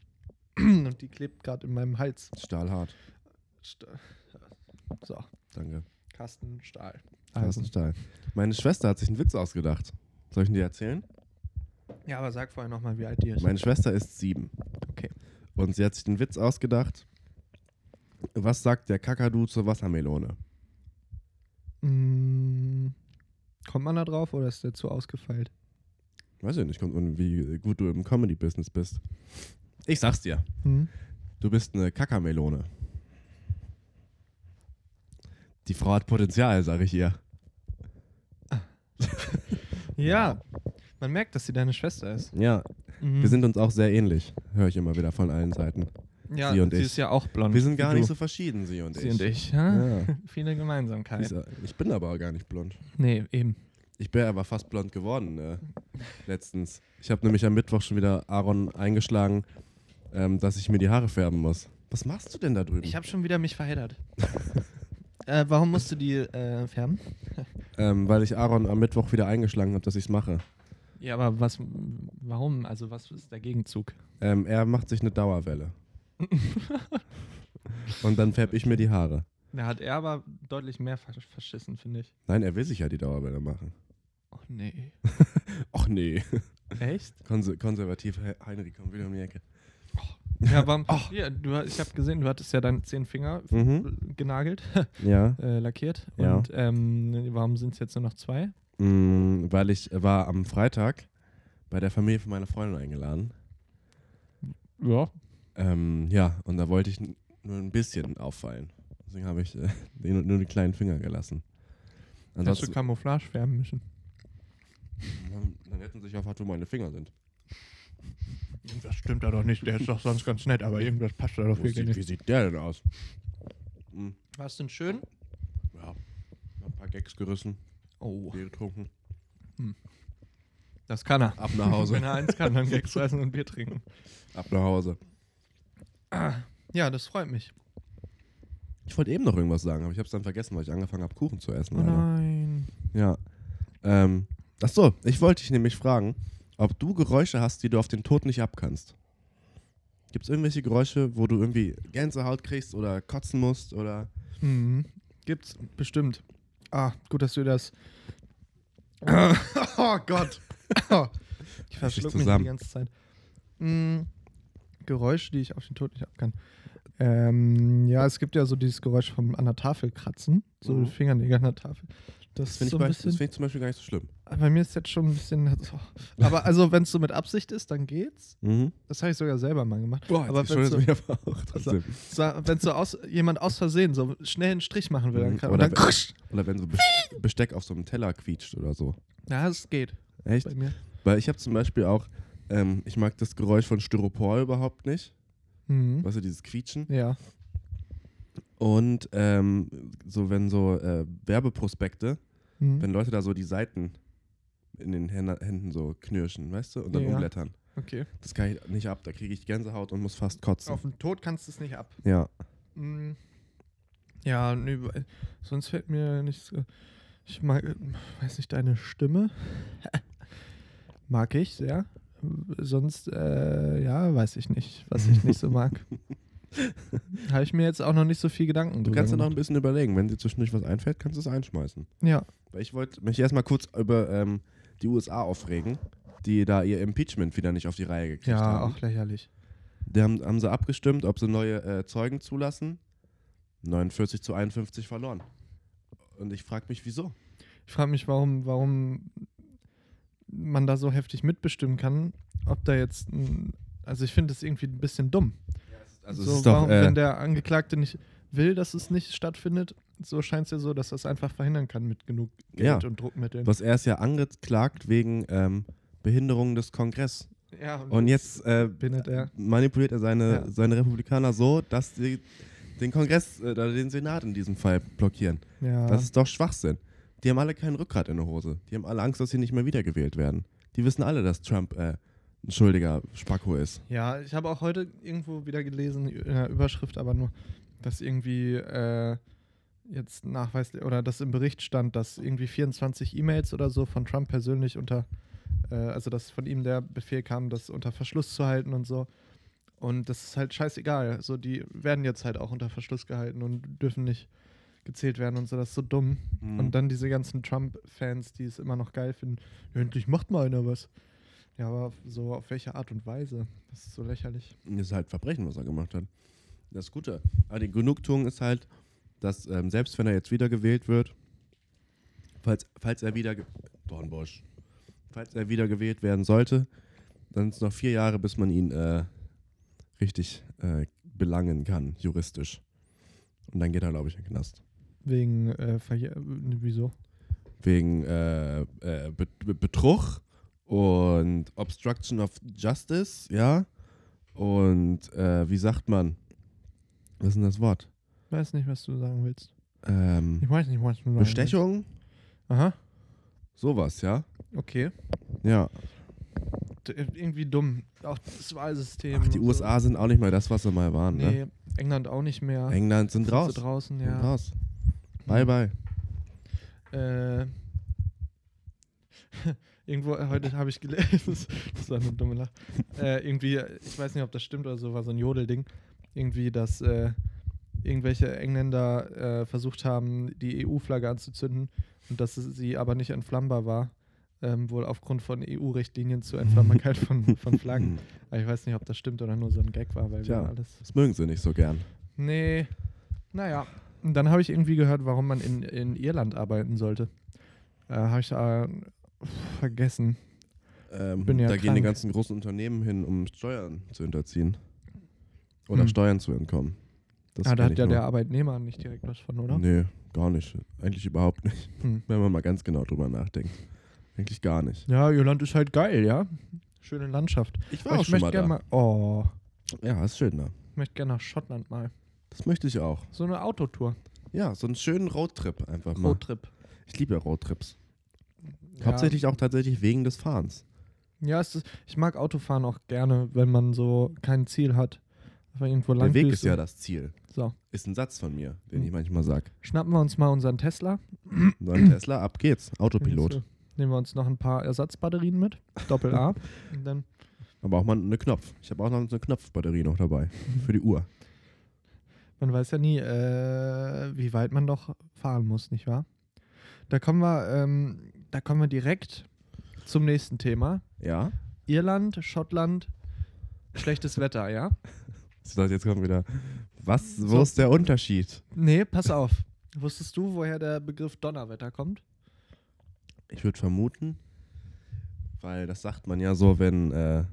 Speaker 3: Und die klebt gerade in meinem Hals.
Speaker 2: Stahlhart.
Speaker 3: St- So,
Speaker 2: Danke.
Speaker 3: Kasten Stahl.
Speaker 2: Carsten Stahl. Meine Schwester hat sich einen Witz ausgedacht. Soll ich ihn dir erzählen?
Speaker 3: Ja, aber sag vorher nochmal, wie alt die ist.
Speaker 2: Meine Schwester ist sieben.
Speaker 3: Okay.
Speaker 2: Und sie hat sich den Witz ausgedacht. Was sagt der Kakadu zur Wassermelone?
Speaker 3: Mm, Kommt man da drauf oder ist der zu ausgefeilt?
Speaker 2: Weiß ich nicht, kommt an, wie gut du im Comedy-Business bist. Ich sag's dir.
Speaker 3: Hm?
Speaker 2: Du bist eine Kakamelone. Die Frau hat Potenzial, sage ich ihr.
Speaker 3: Ja, man merkt, dass sie deine Schwester ist.
Speaker 2: Ja,
Speaker 3: Mhm.
Speaker 2: wir sind uns auch sehr ähnlich, höre ich immer wieder von allen Seiten.
Speaker 3: ja,
Speaker 2: sie und
Speaker 3: sie
Speaker 2: ich.
Speaker 3: ist ja auch blond.
Speaker 2: Wir sind gar
Speaker 3: wie
Speaker 2: nicht
Speaker 3: du.
Speaker 2: so verschieden, sie und
Speaker 3: Sie
Speaker 2: ich.
Speaker 3: und ich. Ja?
Speaker 2: Ja.
Speaker 3: Viele Gemeinsamkeiten.
Speaker 2: Dieser- Ich bin aber gar nicht blond.
Speaker 3: Nee, eben.
Speaker 2: Ich bin aber fast blond geworden äh, letztens. Ich habe nämlich am Mittwoch schon wieder Aaron eingeschlagen, ähm, dass ich mir die Haare färben muss. Was machst du denn da drüben?
Speaker 3: Ich habe schon wieder mich verheddert. äh, warum musst du die äh, färben?
Speaker 2: ähm, weil ich Aaron am Mittwoch wieder eingeschlagen habe, dass ich es mache.
Speaker 3: Ja, aber was, warum? Also was ist der Gegenzug?
Speaker 2: Ähm, er macht sich eine Dauerwelle. Und dann färbe ich mir die Haare.
Speaker 3: Da hat er aber deutlich mehr versch- verschissen, finde ich.
Speaker 2: Nein, er will sich ja die Dauerwelle machen.
Speaker 3: Oh nee.
Speaker 2: Och nee.
Speaker 3: Echt?
Speaker 2: Konser konservativ He- Heinrich kommt wieder um die Ecke.
Speaker 3: Ja, warum? Ja, du, ha- ich habe gesehen, du hattest ja deine zehn Finger
Speaker 2: Mhm.
Speaker 3: genagelt,
Speaker 2: Ja.
Speaker 3: äh, lackiert.
Speaker 2: Ja.
Speaker 3: Und ähm, warum sind es jetzt nur noch zwei?
Speaker 2: Mm, weil ich war am Freitag bei der Familie von meiner Freundin eingeladen.
Speaker 3: Ja.
Speaker 2: Ähm, ja, und da wollte ich n- nur ein bisschen auffallen. Deswegen habe ich äh, die- nur die kleinen Finger gelassen.
Speaker 3: Kannst du
Speaker 2: Ansonsten,
Speaker 3: Camouflage färben müssen?
Speaker 2: dann hätten sich erfahrt, wo meine Finger sind.
Speaker 3: Das stimmt da doch nicht. Der ist doch sonst ganz nett, aber irgendwas passt da doch
Speaker 2: Wo sieht, wie sieht der denn aus? Hm,
Speaker 3: War es denn schön?
Speaker 2: Ja, hab ein paar Gags gerissen,
Speaker 3: Oh,
Speaker 2: Bier getrunken,
Speaker 3: das kann er.
Speaker 2: ab nach
Speaker 3: Wenn er
Speaker 2: Hause,
Speaker 3: eins kann, dann Gags fressen und Bier trinken.
Speaker 2: ab nach Hause.
Speaker 3: Ja, das freut mich.
Speaker 2: Ich wollte eben noch irgendwas sagen, aber ich habe es dann vergessen, weil ich angefangen habe, Kuchen zu essen.
Speaker 3: Oh
Speaker 2: leider.
Speaker 3: nein.
Speaker 2: Ja. Ähm, ach so, ich wollte dich nämlich fragen, ob du Geräusche hast, die du auf den Tod nicht abkannst. Gibt es irgendwelche Geräusche, wo du irgendwie Gänsehaut kriegst oder kotzen musst oder
Speaker 3: Mhm. Gibt's bestimmt. Ah, gut, dass du das. oh Gott. ich verschluck mich
Speaker 2: zusammen.
Speaker 3: die ganze Zeit. Mhm. Geräusche, die ich auf den Tod nicht abkann. Ähm, ja, es gibt ja so dieses Geräusch vom an der Tafel kratzen, so
Speaker 2: Mhm.
Speaker 3: Fingernägel an der Tafel. Das,
Speaker 2: das
Speaker 3: ist
Speaker 2: finde
Speaker 3: so
Speaker 2: ich,
Speaker 3: ein
Speaker 2: bei-
Speaker 3: bisschen.
Speaker 2: das find ich zum Beispiel gar nicht so schlimm.
Speaker 3: bei mir ist jetzt schon ein bisschen. Aber also, wenn es so mit Absicht ist, dann geht's.
Speaker 2: Mhm.
Speaker 3: Das habe ich sogar selber mal gemacht.
Speaker 2: Boah,
Speaker 3: aber
Speaker 2: schon
Speaker 3: wenn so,
Speaker 2: wieder verraucht.
Speaker 3: Also, wenn so aus, jemand aus Versehen so schnell einen Strich machen will, dann
Speaker 2: Mhm.
Speaker 3: kann
Speaker 2: Oder
Speaker 3: und
Speaker 2: wenn-
Speaker 3: dann
Speaker 2: Oder wenn so Bes- Besteck auf so einem Teller quietscht oder so.
Speaker 3: Ja, es geht
Speaker 2: Echt?
Speaker 3: bei mir.
Speaker 2: Weil ich habe zum Beispiel auch, ähm, ich mag das Geräusch von Styropor überhaupt nicht.
Speaker 3: Mhm.
Speaker 2: Weißt du, dieses Quietschen.
Speaker 3: Ja.
Speaker 2: Und ähm, so, wenn so äh, Werbeprospekte
Speaker 3: Mhm.
Speaker 2: wenn Leute da so die Seiten in den Hän- Händen so knirschen, weißt du, und dann
Speaker 3: Ja.
Speaker 2: umblättern.
Speaker 3: Okay.
Speaker 2: Das kann ich nicht ab, da kriege ich Gänsehaut und muss fast kotzen.
Speaker 3: Auf den Tod kannst du es nicht ab.
Speaker 2: Ja.
Speaker 3: Mhm. Ja, nö, weil- sonst fällt mir nichts. so- Ich mag, äh, weiß nicht, deine Stimme. mag ich sehr. Sonst, äh, ja, weiß ich nicht, was ich nicht so mag. Habe ich mir jetzt auch noch nicht so viel Gedanken
Speaker 2: Du
Speaker 3: drüber
Speaker 2: kannst dir noch ein
Speaker 3: gemacht.
Speaker 2: bisschen überlegen, wenn dir zwischendurch was einfällt, kannst du es einschmeißen.
Speaker 3: Ja.
Speaker 2: Weil ich wollte mich erstmal kurz über ähm, die USA aufregen, die da ihr Impeachment wieder nicht auf die Reihe gekriegt
Speaker 3: Ja,
Speaker 2: haben.
Speaker 3: auch lächerlich.
Speaker 2: Die haben, haben sie abgestimmt, ob sie neue äh, Zeugen zulassen. 49 zu 51 verloren. Und ich frage mich, wieso?
Speaker 3: Ich frage mich, warum, warum man da so heftig mitbestimmen kann, ob da jetzt ein, also ich finde es irgendwie ein bisschen dumm.
Speaker 2: Also
Speaker 3: so,
Speaker 2: es ist doch,
Speaker 3: warum,
Speaker 2: äh,
Speaker 3: wenn der Angeklagte nicht will, dass es nicht stattfindet, so scheint es ja so, dass er es einfach verhindern kann mit genug Geld
Speaker 2: Ja.
Speaker 3: und Druckmitteln.
Speaker 2: was er ist ja angeklagt wegen ähm, Behinderung des Kongresses.
Speaker 3: Ja, und,
Speaker 2: Und jetzt äh,
Speaker 3: bindet er.
Speaker 2: manipuliert er seine,
Speaker 3: Ja.
Speaker 2: seine Republikaner so, dass sie den Kongress äh, oder den Senat in diesem Fall blockieren.
Speaker 3: Ja,
Speaker 2: Das ist doch Schwachsinn. Die haben alle kein Rückgrat in der Hose. Die haben alle Angst, dass sie nicht mehr wiedergewählt werden. Die wissen alle, dass Trump äh, ein schuldiger Spacko ist.
Speaker 3: ja ich habe auch heute irgendwo wieder gelesen, äh, in der Überschrift aber nur, dass irgendwie äh, jetzt nachweislich, oder dass im Bericht stand, dass irgendwie 24 E-Mails oder so von Trump persönlich unter, äh, also dass von ihm der Befehl kam, das unter Verschluss zu halten und so. Und das ist halt scheißegal. So, die werden jetzt halt auch unter Verschluss gehalten und dürfen nicht gezählt werden und so, das ist so dumm.
Speaker 2: Mhm.
Speaker 3: Und dann diese ganzen Trump-Fans, die es immer noch geil finden, ja, endlich macht mal einer was. Ja, aber auf- so auf welche Art und Weise? Das ist so lächerlich.
Speaker 2: Das ist halt Verbrechen, was er gemacht hat. Das Gute. Aber die Genugtuung ist halt, dass ähm, selbst wenn er jetzt wiedergewählt wird, falls, falls er wieder ge- Dornbusch, falls er wiedergewählt werden sollte, dann sind es noch vier Jahre, bis man ihn äh, richtig äh, belangen kann, juristisch. Und dann geht er, glaube ich, in den Knast.
Speaker 3: Wegen, äh, Verje ne, wieso?
Speaker 2: Wegen äh, äh, Be Be Betrug und Obstruction of Justice, ja. Und äh, wie sagt man? Was ist denn das Wort?
Speaker 3: Weiß nicht, was du sagen willst.
Speaker 2: Ähm,
Speaker 3: Ich weiß nicht, was du sagen
Speaker 2: Bestechung?
Speaker 3: willst. Aha,
Speaker 2: Sowas, ja.
Speaker 3: okay.
Speaker 2: Ja.
Speaker 3: D äh, irgendwie dumm. Auch das Wahlsystem.
Speaker 2: Ach, die
Speaker 3: und so.
Speaker 2: USA sind auch nicht mal das, was sie mal waren,
Speaker 3: Nee, England auch nicht mehr.
Speaker 2: ne? England sind
Speaker 3: Sind
Speaker 2: raus.
Speaker 3: Sie draußen,
Speaker 2: Sind
Speaker 3: ja. Hm.
Speaker 2: raus. Bye, bye.
Speaker 3: Äh, irgendwo, äh, heute habe ich gelesen, das war eine dumme Lache. Äh, irgendwie, ich weiß nicht, ob das stimmt oder so, war so ein Jodelding. Irgendwie, dass äh, irgendwelche Engländer äh, versucht haben, die EU-Flagge anzuzünden und dass es- sie aber nicht entflammbar war. Ähm, wohl aufgrund von EU-Richtlinien zur Entflammbarkeit von, von Flaggen. Aber ich weiß nicht, ob das stimmt oder nur so ein Gag war, weil
Speaker 2: Tja.
Speaker 3: wir alles.
Speaker 2: Das mögen sie nicht so gern.
Speaker 3: Nee. Naja. Und dann habe ich irgendwie gehört, warum man in, in Irland arbeiten sollte. Äh, habe ich äh, vergessen.
Speaker 2: Ähm,
Speaker 3: Bin ja
Speaker 2: da gehen die
Speaker 3: krank.
Speaker 2: ganzen großen Unternehmen hin, um Steuern zu hinterziehen. Oder
Speaker 3: Hm.
Speaker 2: Steuern zu entkommen. Das
Speaker 3: ah, da
Speaker 2: kenn
Speaker 3: hat
Speaker 2: ich
Speaker 3: ja
Speaker 2: nur.
Speaker 3: der Arbeitnehmer nicht direkt was von, oder?
Speaker 2: Nee, gar nicht. Eigentlich überhaupt nicht.
Speaker 3: Hm.
Speaker 2: Wenn man mal ganz genau drüber nachdenkt. Eigentlich gar nicht.
Speaker 3: Ja, Irland ist halt geil, ja. Schöne Landschaft.
Speaker 2: Ich
Speaker 3: Aber möchte gerne mal. Oh,
Speaker 2: Ja, ist schön da.
Speaker 3: ich möchte gerne nach Schottland mal.
Speaker 2: Das möchte ich auch.
Speaker 3: So eine Autotour.
Speaker 2: Ja, so einen schönen Roadtrip einfach mal.
Speaker 3: Roadtrip.
Speaker 2: Ich liebe ja Roadtrips.
Speaker 3: Ja.
Speaker 2: Hauptsächlich auch tatsächlich wegen des Fahrens.
Speaker 3: Ja, es ist, ich mag Autofahren auch gerne, wenn man so kein Ziel hat. Einfach irgendwo lang
Speaker 2: Der Weg
Speaker 3: düst
Speaker 2: ist ja
Speaker 3: und-
Speaker 2: das Ziel.
Speaker 3: So.
Speaker 2: Ist ein Satz von mir, den
Speaker 3: Hm.
Speaker 2: ich manchmal sag.
Speaker 3: Schnappen wir uns mal unseren Tesla.
Speaker 2: Neuen Tesla, ab geht's. Autopilot.
Speaker 3: Jetzt, äh, Nehmen wir uns noch ein paar Ersatzbatterien mit. Doppel A. Und dann,
Speaker 2: Aber auch mal eine Knopf. Ich habe auch noch eine Knopfbatterie noch dabei. Für die Uhr.
Speaker 3: man weiß ja nie, äh, wie weit man doch fahren muss, nicht wahr? Da kommen wir, ähm, da kommen wir direkt zum nächsten Thema.
Speaker 2: Ja?
Speaker 3: Irland, Schottland, schlechtes Wetter, ja?
Speaker 2: Ich dachte, jetzt kommt wieder. Was, wo
Speaker 3: So.
Speaker 2: ist der Unterschied?
Speaker 3: Nee, pass auf. Wusstest du, woher der Begriff Donnerwetter kommt?
Speaker 2: Ich würde vermuten, weil das sagt man ja so, wenn. Äh,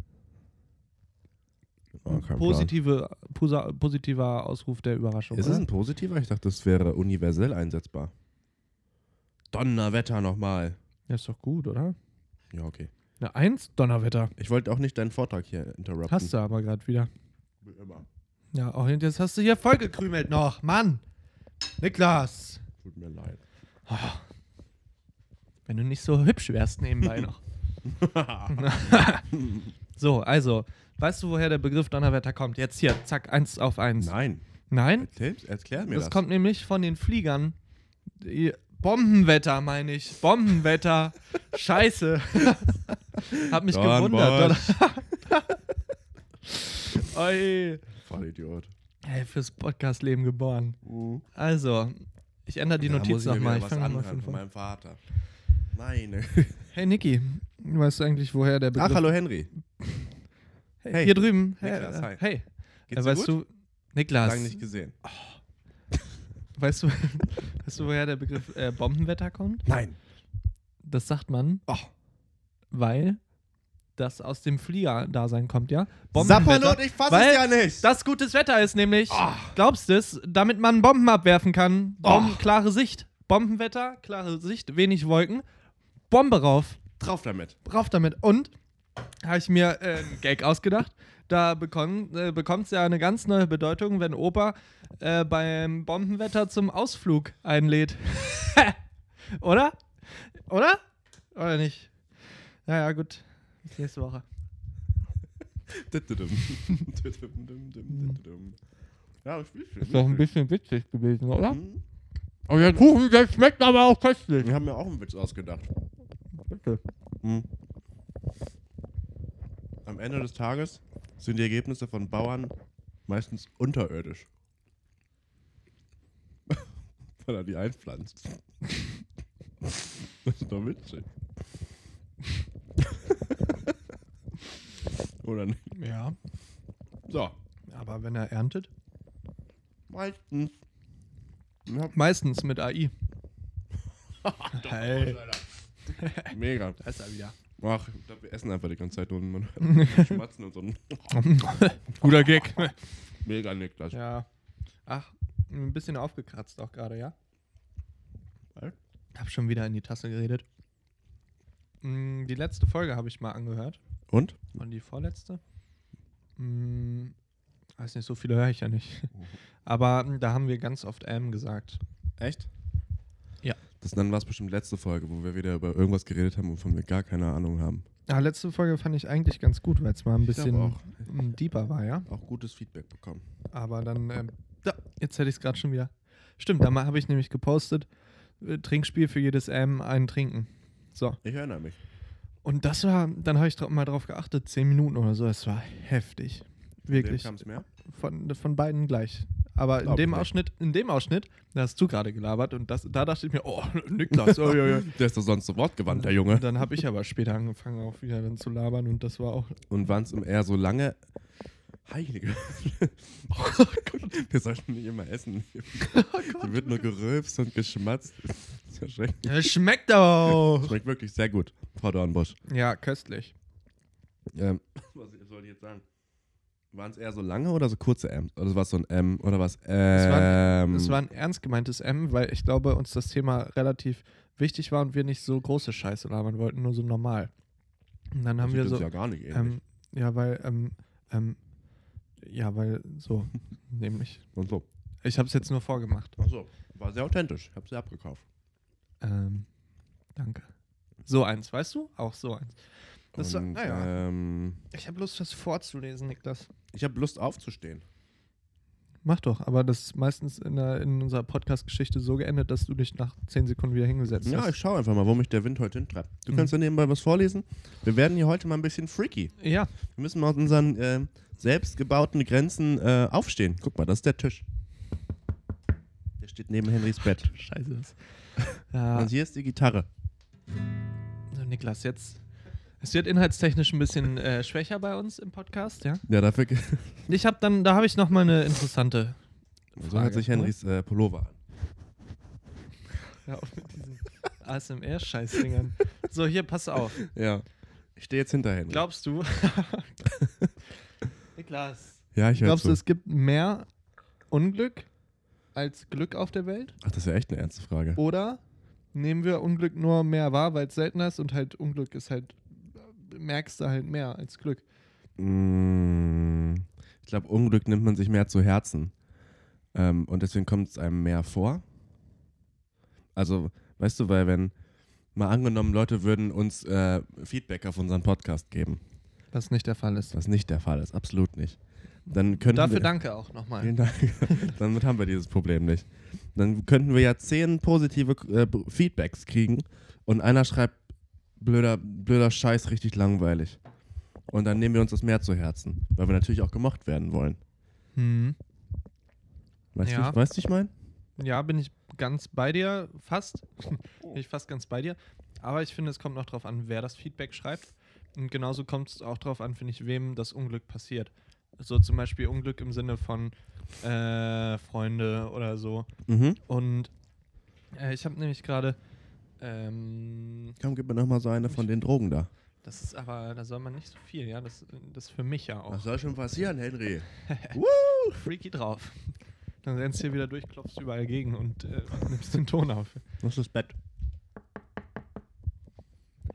Speaker 2: oh, kein
Speaker 3: Positive, posa- positiver Ausruf der Überraschung.
Speaker 2: Plan. Ist
Speaker 3: oder?
Speaker 2: es ein positiver? Ich dachte, das wäre universell einsetzbar. Donnerwetter nochmal.
Speaker 3: ja, ist doch gut, oder?
Speaker 2: Ja, okay.
Speaker 3: Eine Eins, Donnerwetter.
Speaker 2: Ich wollte auch nicht deinen Vortrag hier interrupten.
Speaker 3: Hast du aber gerade wieder.
Speaker 2: Wie Immer.
Speaker 3: Ja, auch jetzt hast du hier vollgekrümelt noch. Mann! Niklas!
Speaker 2: Tut mir leid.
Speaker 3: Wenn du nicht so hübsch wärst nebenbei noch. so, also, weißt du, woher der Begriff Donnerwetter kommt? Jetzt hier, zack, eins auf eins.
Speaker 2: Nein.
Speaker 3: Nein?
Speaker 2: Erklär, erklär mir
Speaker 3: Das,
Speaker 2: das.
Speaker 3: kommt nämlich von den Fliegern. Die Bombenwetter, meine ich. Bombenwetter. Scheiße. Hab mich
Speaker 2: Don
Speaker 3: gewundert. Oi.
Speaker 2: Vollidiot.
Speaker 3: Hey, fürs Podcast-Leben geboren.
Speaker 2: Mhm.
Speaker 3: Also, ich ändere die
Speaker 2: Da muss
Speaker 3: Notiz
Speaker 2: ich mir
Speaker 3: nochmal.
Speaker 2: wieder
Speaker 3: Ich
Speaker 2: was
Speaker 3: fange mal
Speaker 2: anhören
Speaker 3: von
Speaker 2: von
Speaker 3: vorne.
Speaker 2: meinem Vater. Meine.
Speaker 3: Hey Niki, weißt du eigentlich, woher der
Speaker 2: Ach,
Speaker 3: Begriff...
Speaker 2: hallo Henry.
Speaker 3: hey,
Speaker 2: hey.
Speaker 3: Hier drüben. Hey,
Speaker 2: Niklas,
Speaker 3: äh,
Speaker 2: hi.
Speaker 3: hey.
Speaker 2: Geht's
Speaker 3: äh,
Speaker 2: dir
Speaker 3: weißt
Speaker 2: gut?
Speaker 3: du, Niklas,
Speaker 2: Lang nicht gesehen.
Speaker 3: weißt, du, weißt du, woher der Begriff äh, Bombenwetter kommt?
Speaker 2: Nein.
Speaker 3: Das sagt man,
Speaker 2: Oh.
Speaker 3: weil das aus dem Flieger-Dasein kommt, ja?
Speaker 2: Sapperlot, ich fass
Speaker 3: weil
Speaker 2: es ja nicht.
Speaker 3: Das gutes Wetter ist nämlich,
Speaker 2: Oh.
Speaker 3: glaubst du es, damit man Bomben abwerfen kann.
Speaker 2: Oh.
Speaker 3: Bomben, Klare Sicht. Bombenwetter, klare Sicht, wenig Wolken. Bombe rauf.
Speaker 2: Drauf damit.
Speaker 3: rauf damit. Und habe ich mir äh, einen Gag ausgedacht. Da bekommt es ja eine ganz neue Bedeutung, wenn Opa äh, beim Bombenwetter zum Ausflug einlädt. Oder? Oder? Oder nicht? Naja, gut. Bis nächste Woche.
Speaker 2: Ja, ich
Speaker 3: bisschen witzig gewesen, oder? Aber der Mhm. Oh Kuchen, der schmeckt aber auch köstlich.
Speaker 2: Wir haben mir auch einen Witz ausgedacht. Hm.
Speaker 3: Bitte.
Speaker 2: Am Ende des Tages sind die Ergebnisse von Bauern meistens unterirdisch. Weil er die einpflanzt. Das ist doch witzig. Oder nicht?
Speaker 3: Ja,
Speaker 2: So.
Speaker 3: aber wenn er erntet?
Speaker 2: Meistens. Ich hab-
Speaker 3: Meistens mit AI. hey,
Speaker 2: Mega.
Speaker 3: da ist er wieder.
Speaker 2: Ach, ich glaub, wir essen einfach die ganze Zeit und man hört schmatzen und so.
Speaker 3: Guter Gag.
Speaker 2: Mega Niklas.
Speaker 3: Ja. Ach, ein bisschen aufgekratzt auch gerade, ja?
Speaker 2: Überall.
Speaker 3: Hab schon wieder in die Tasse geredet. Mm, Die letzte Folge habe ich mal angehört.
Speaker 2: Und?
Speaker 3: Und die vorletzte? Mm, Weiß nicht, so viele höre ich ja nicht. Aber mm, da haben wir ganz oft M gesagt.
Speaker 2: Echt?
Speaker 3: Ja.
Speaker 2: Das, dann war es bestimmt letzte Folge, wo wir wieder über irgendwas geredet haben, wovon wir gar keine Ahnung haben.
Speaker 3: Ja, Ah, letzte Folge fand ich eigentlich ganz gut, weil es mal ein
Speaker 2: Ich glaub
Speaker 3: bisschen
Speaker 2: auch.
Speaker 3: mm, deeper war, ja.
Speaker 2: Auch gutes Feedback bekommen.
Speaker 3: Aber dann, ähm, da, jetzt hätte ich es gerade schon wieder. Stimmt, da habe ich nämlich gepostet: äh, Trinkspiel für jedes M einen trinken. So.
Speaker 2: Ich erinnere mich.
Speaker 3: Und das war, dann habe ich dra mal drauf geachtet, zehn Minuten oder so, das war heftig. Wirklich.
Speaker 2: Kam es mehr?
Speaker 3: Von, von beiden gleich. Aber in
Speaker 2: Glaub
Speaker 3: dem
Speaker 2: ich.
Speaker 3: Ausschnitt, in dem Ausschnitt, da hast du gerade gelabert und das, da dachte ich mir, oh, Niklas, oh, ja, ja.
Speaker 2: Der ist doch sonst so wortgewandt, der
Speaker 3: Und
Speaker 2: Junge.
Speaker 3: Dann habe ich aber später angefangen, auch wieder dann zu labern und das war auch.
Speaker 2: Und waren es eher so lange. Heilige.
Speaker 3: Oh
Speaker 2: wir sollten nicht immer essen. Hier wird nur gerülpst und geschmatzt. Das ist ja schrecklich.
Speaker 3: Es schmeckt auch!
Speaker 2: Schmeckt wirklich sehr gut, Frau Dornbosch.
Speaker 3: Ja, köstlich.
Speaker 2: Ähm, was soll ich jetzt sagen? Waren es eher so lange oder so kurze M's? Oder war es so ein M oder was? Ähm,
Speaker 3: Es war ein ernst gemeintes M, weil ich glaube, uns das Thema relativ wichtig war und wir nicht so große Scheiße labern wollten, nur so normal. Und dann haben
Speaker 2: sieht
Speaker 3: wir
Speaker 2: uns
Speaker 3: so.
Speaker 2: ja gar nicht ähnlich.
Speaker 3: Ähm, ja, weil, ähm, ähm, ja, weil so, nämlich.
Speaker 2: und so.
Speaker 3: Ich habe es jetzt nur vorgemacht.
Speaker 2: Achso, war sehr authentisch. Ich hab's sehr abgekauft.
Speaker 3: Ähm, danke. So eins, weißt du? Auch so eins. Das war,
Speaker 2: und,
Speaker 3: naja,
Speaker 2: ähm,
Speaker 3: ich habe Lust, das vorzulesen, Niklas.
Speaker 2: ich habe Lust aufzustehen.
Speaker 3: Mach doch, aber das ist meistens in, der, in unserer Podcast-Geschichte so geendet, dass du dich nach 10 Sekunden wieder hingesetzt
Speaker 2: Ja, ich
Speaker 3: hast.
Speaker 2: schaue einfach mal, wo mich der Wind heute hintreibt. Du
Speaker 3: Mhm.
Speaker 2: kannst ja nebenbei was vorlesen. Wir werden hier heute mal ein bisschen freaky.
Speaker 3: Ja,
Speaker 2: Wir müssen mal aus unseren ähm, selbstgebauten Grenzen äh, aufstehen. Guck mal, das ist der Tisch. Der steht neben Henrys Bett.
Speaker 3: scheiße. das- Ja,
Speaker 2: Und hier ist die Gitarre.
Speaker 3: so, Niklas, jetzt. Es wird inhaltstechnisch ein bisschen äh, schwächer bei uns im Podcast, ja.
Speaker 2: Ja, dafür ge-
Speaker 3: Ich habe dann, da habe ich nochmal eine interessante
Speaker 2: so hat sich
Speaker 3: Frage, Hm?
Speaker 2: Henrys äh, Pullover an.
Speaker 3: Ja, auf mit diesen ASMR-Scheißdingern. So, hier, pass auf.
Speaker 2: Ja. Ich stehe jetzt hinter Henry.
Speaker 3: Glaubst du? Niklas.
Speaker 2: ja, ich hör
Speaker 3: Glaubst du,
Speaker 2: zu.
Speaker 3: es gibt mehr Unglück als Glück auf der Welt?
Speaker 2: Ach, das ist ja echt eine ernste Frage.
Speaker 3: Oder nehmen wir Unglück nur mehr wahr, weil es seltener ist und halt Unglück ist halt, merkst du halt mehr als Glück.
Speaker 2: Mm, Ich glaube, Unglück nimmt man sich mehr zu Herzen. Ähm, und deswegen kommt es einem mehr vor. Also, weißt du, weil wenn, mal angenommen, Leute würden uns äh, Feedback auf unseren Podcast geben,
Speaker 3: Was nicht der Fall ist.
Speaker 2: was nicht der Fall ist, absolut nicht. Dann könnten
Speaker 3: Dafür
Speaker 2: wir,
Speaker 3: danke auch nochmal.
Speaker 2: Vielen Dank. Damit haben wir dieses Problem nicht. Dann könnten wir ja zehn positive äh, B- Feedbacks kriegen und einer schreibt, blöder, blöder Scheiß, richtig langweilig. Und dann nehmen wir uns das mehr zu Herzen, weil wir natürlich auch gemocht werden wollen.
Speaker 3: Hm.
Speaker 2: Weißt
Speaker 3: Ja.
Speaker 2: du, weißt du, ich meine?
Speaker 3: Ja, bin ich ganz bei dir, fast. bin ich fast ganz bei dir. Aber ich finde, es kommt noch drauf an, wer das Feedback schreibt. Und genauso kommt es auch drauf an, finde ich, wem das Unglück passiert. So zum Beispiel Unglück im Sinne von äh, Freunde oder so.
Speaker 2: Mhm.
Speaker 3: Und äh, ich habe nämlich gerade, ähm,
Speaker 2: Komm, gib mir nochmal so eine von den Drogen da.
Speaker 3: das ist aber, da soll man nicht so viel, ja, das, das ist für mich ja auch.
Speaker 2: soll schon passieren, Henry?
Speaker 3: Freaky drauf. Dann rennst du hier wieder durch, klopfst überall gegen und äh, nimmst den Ton auf.
Speaker 2: Was ist das Bett?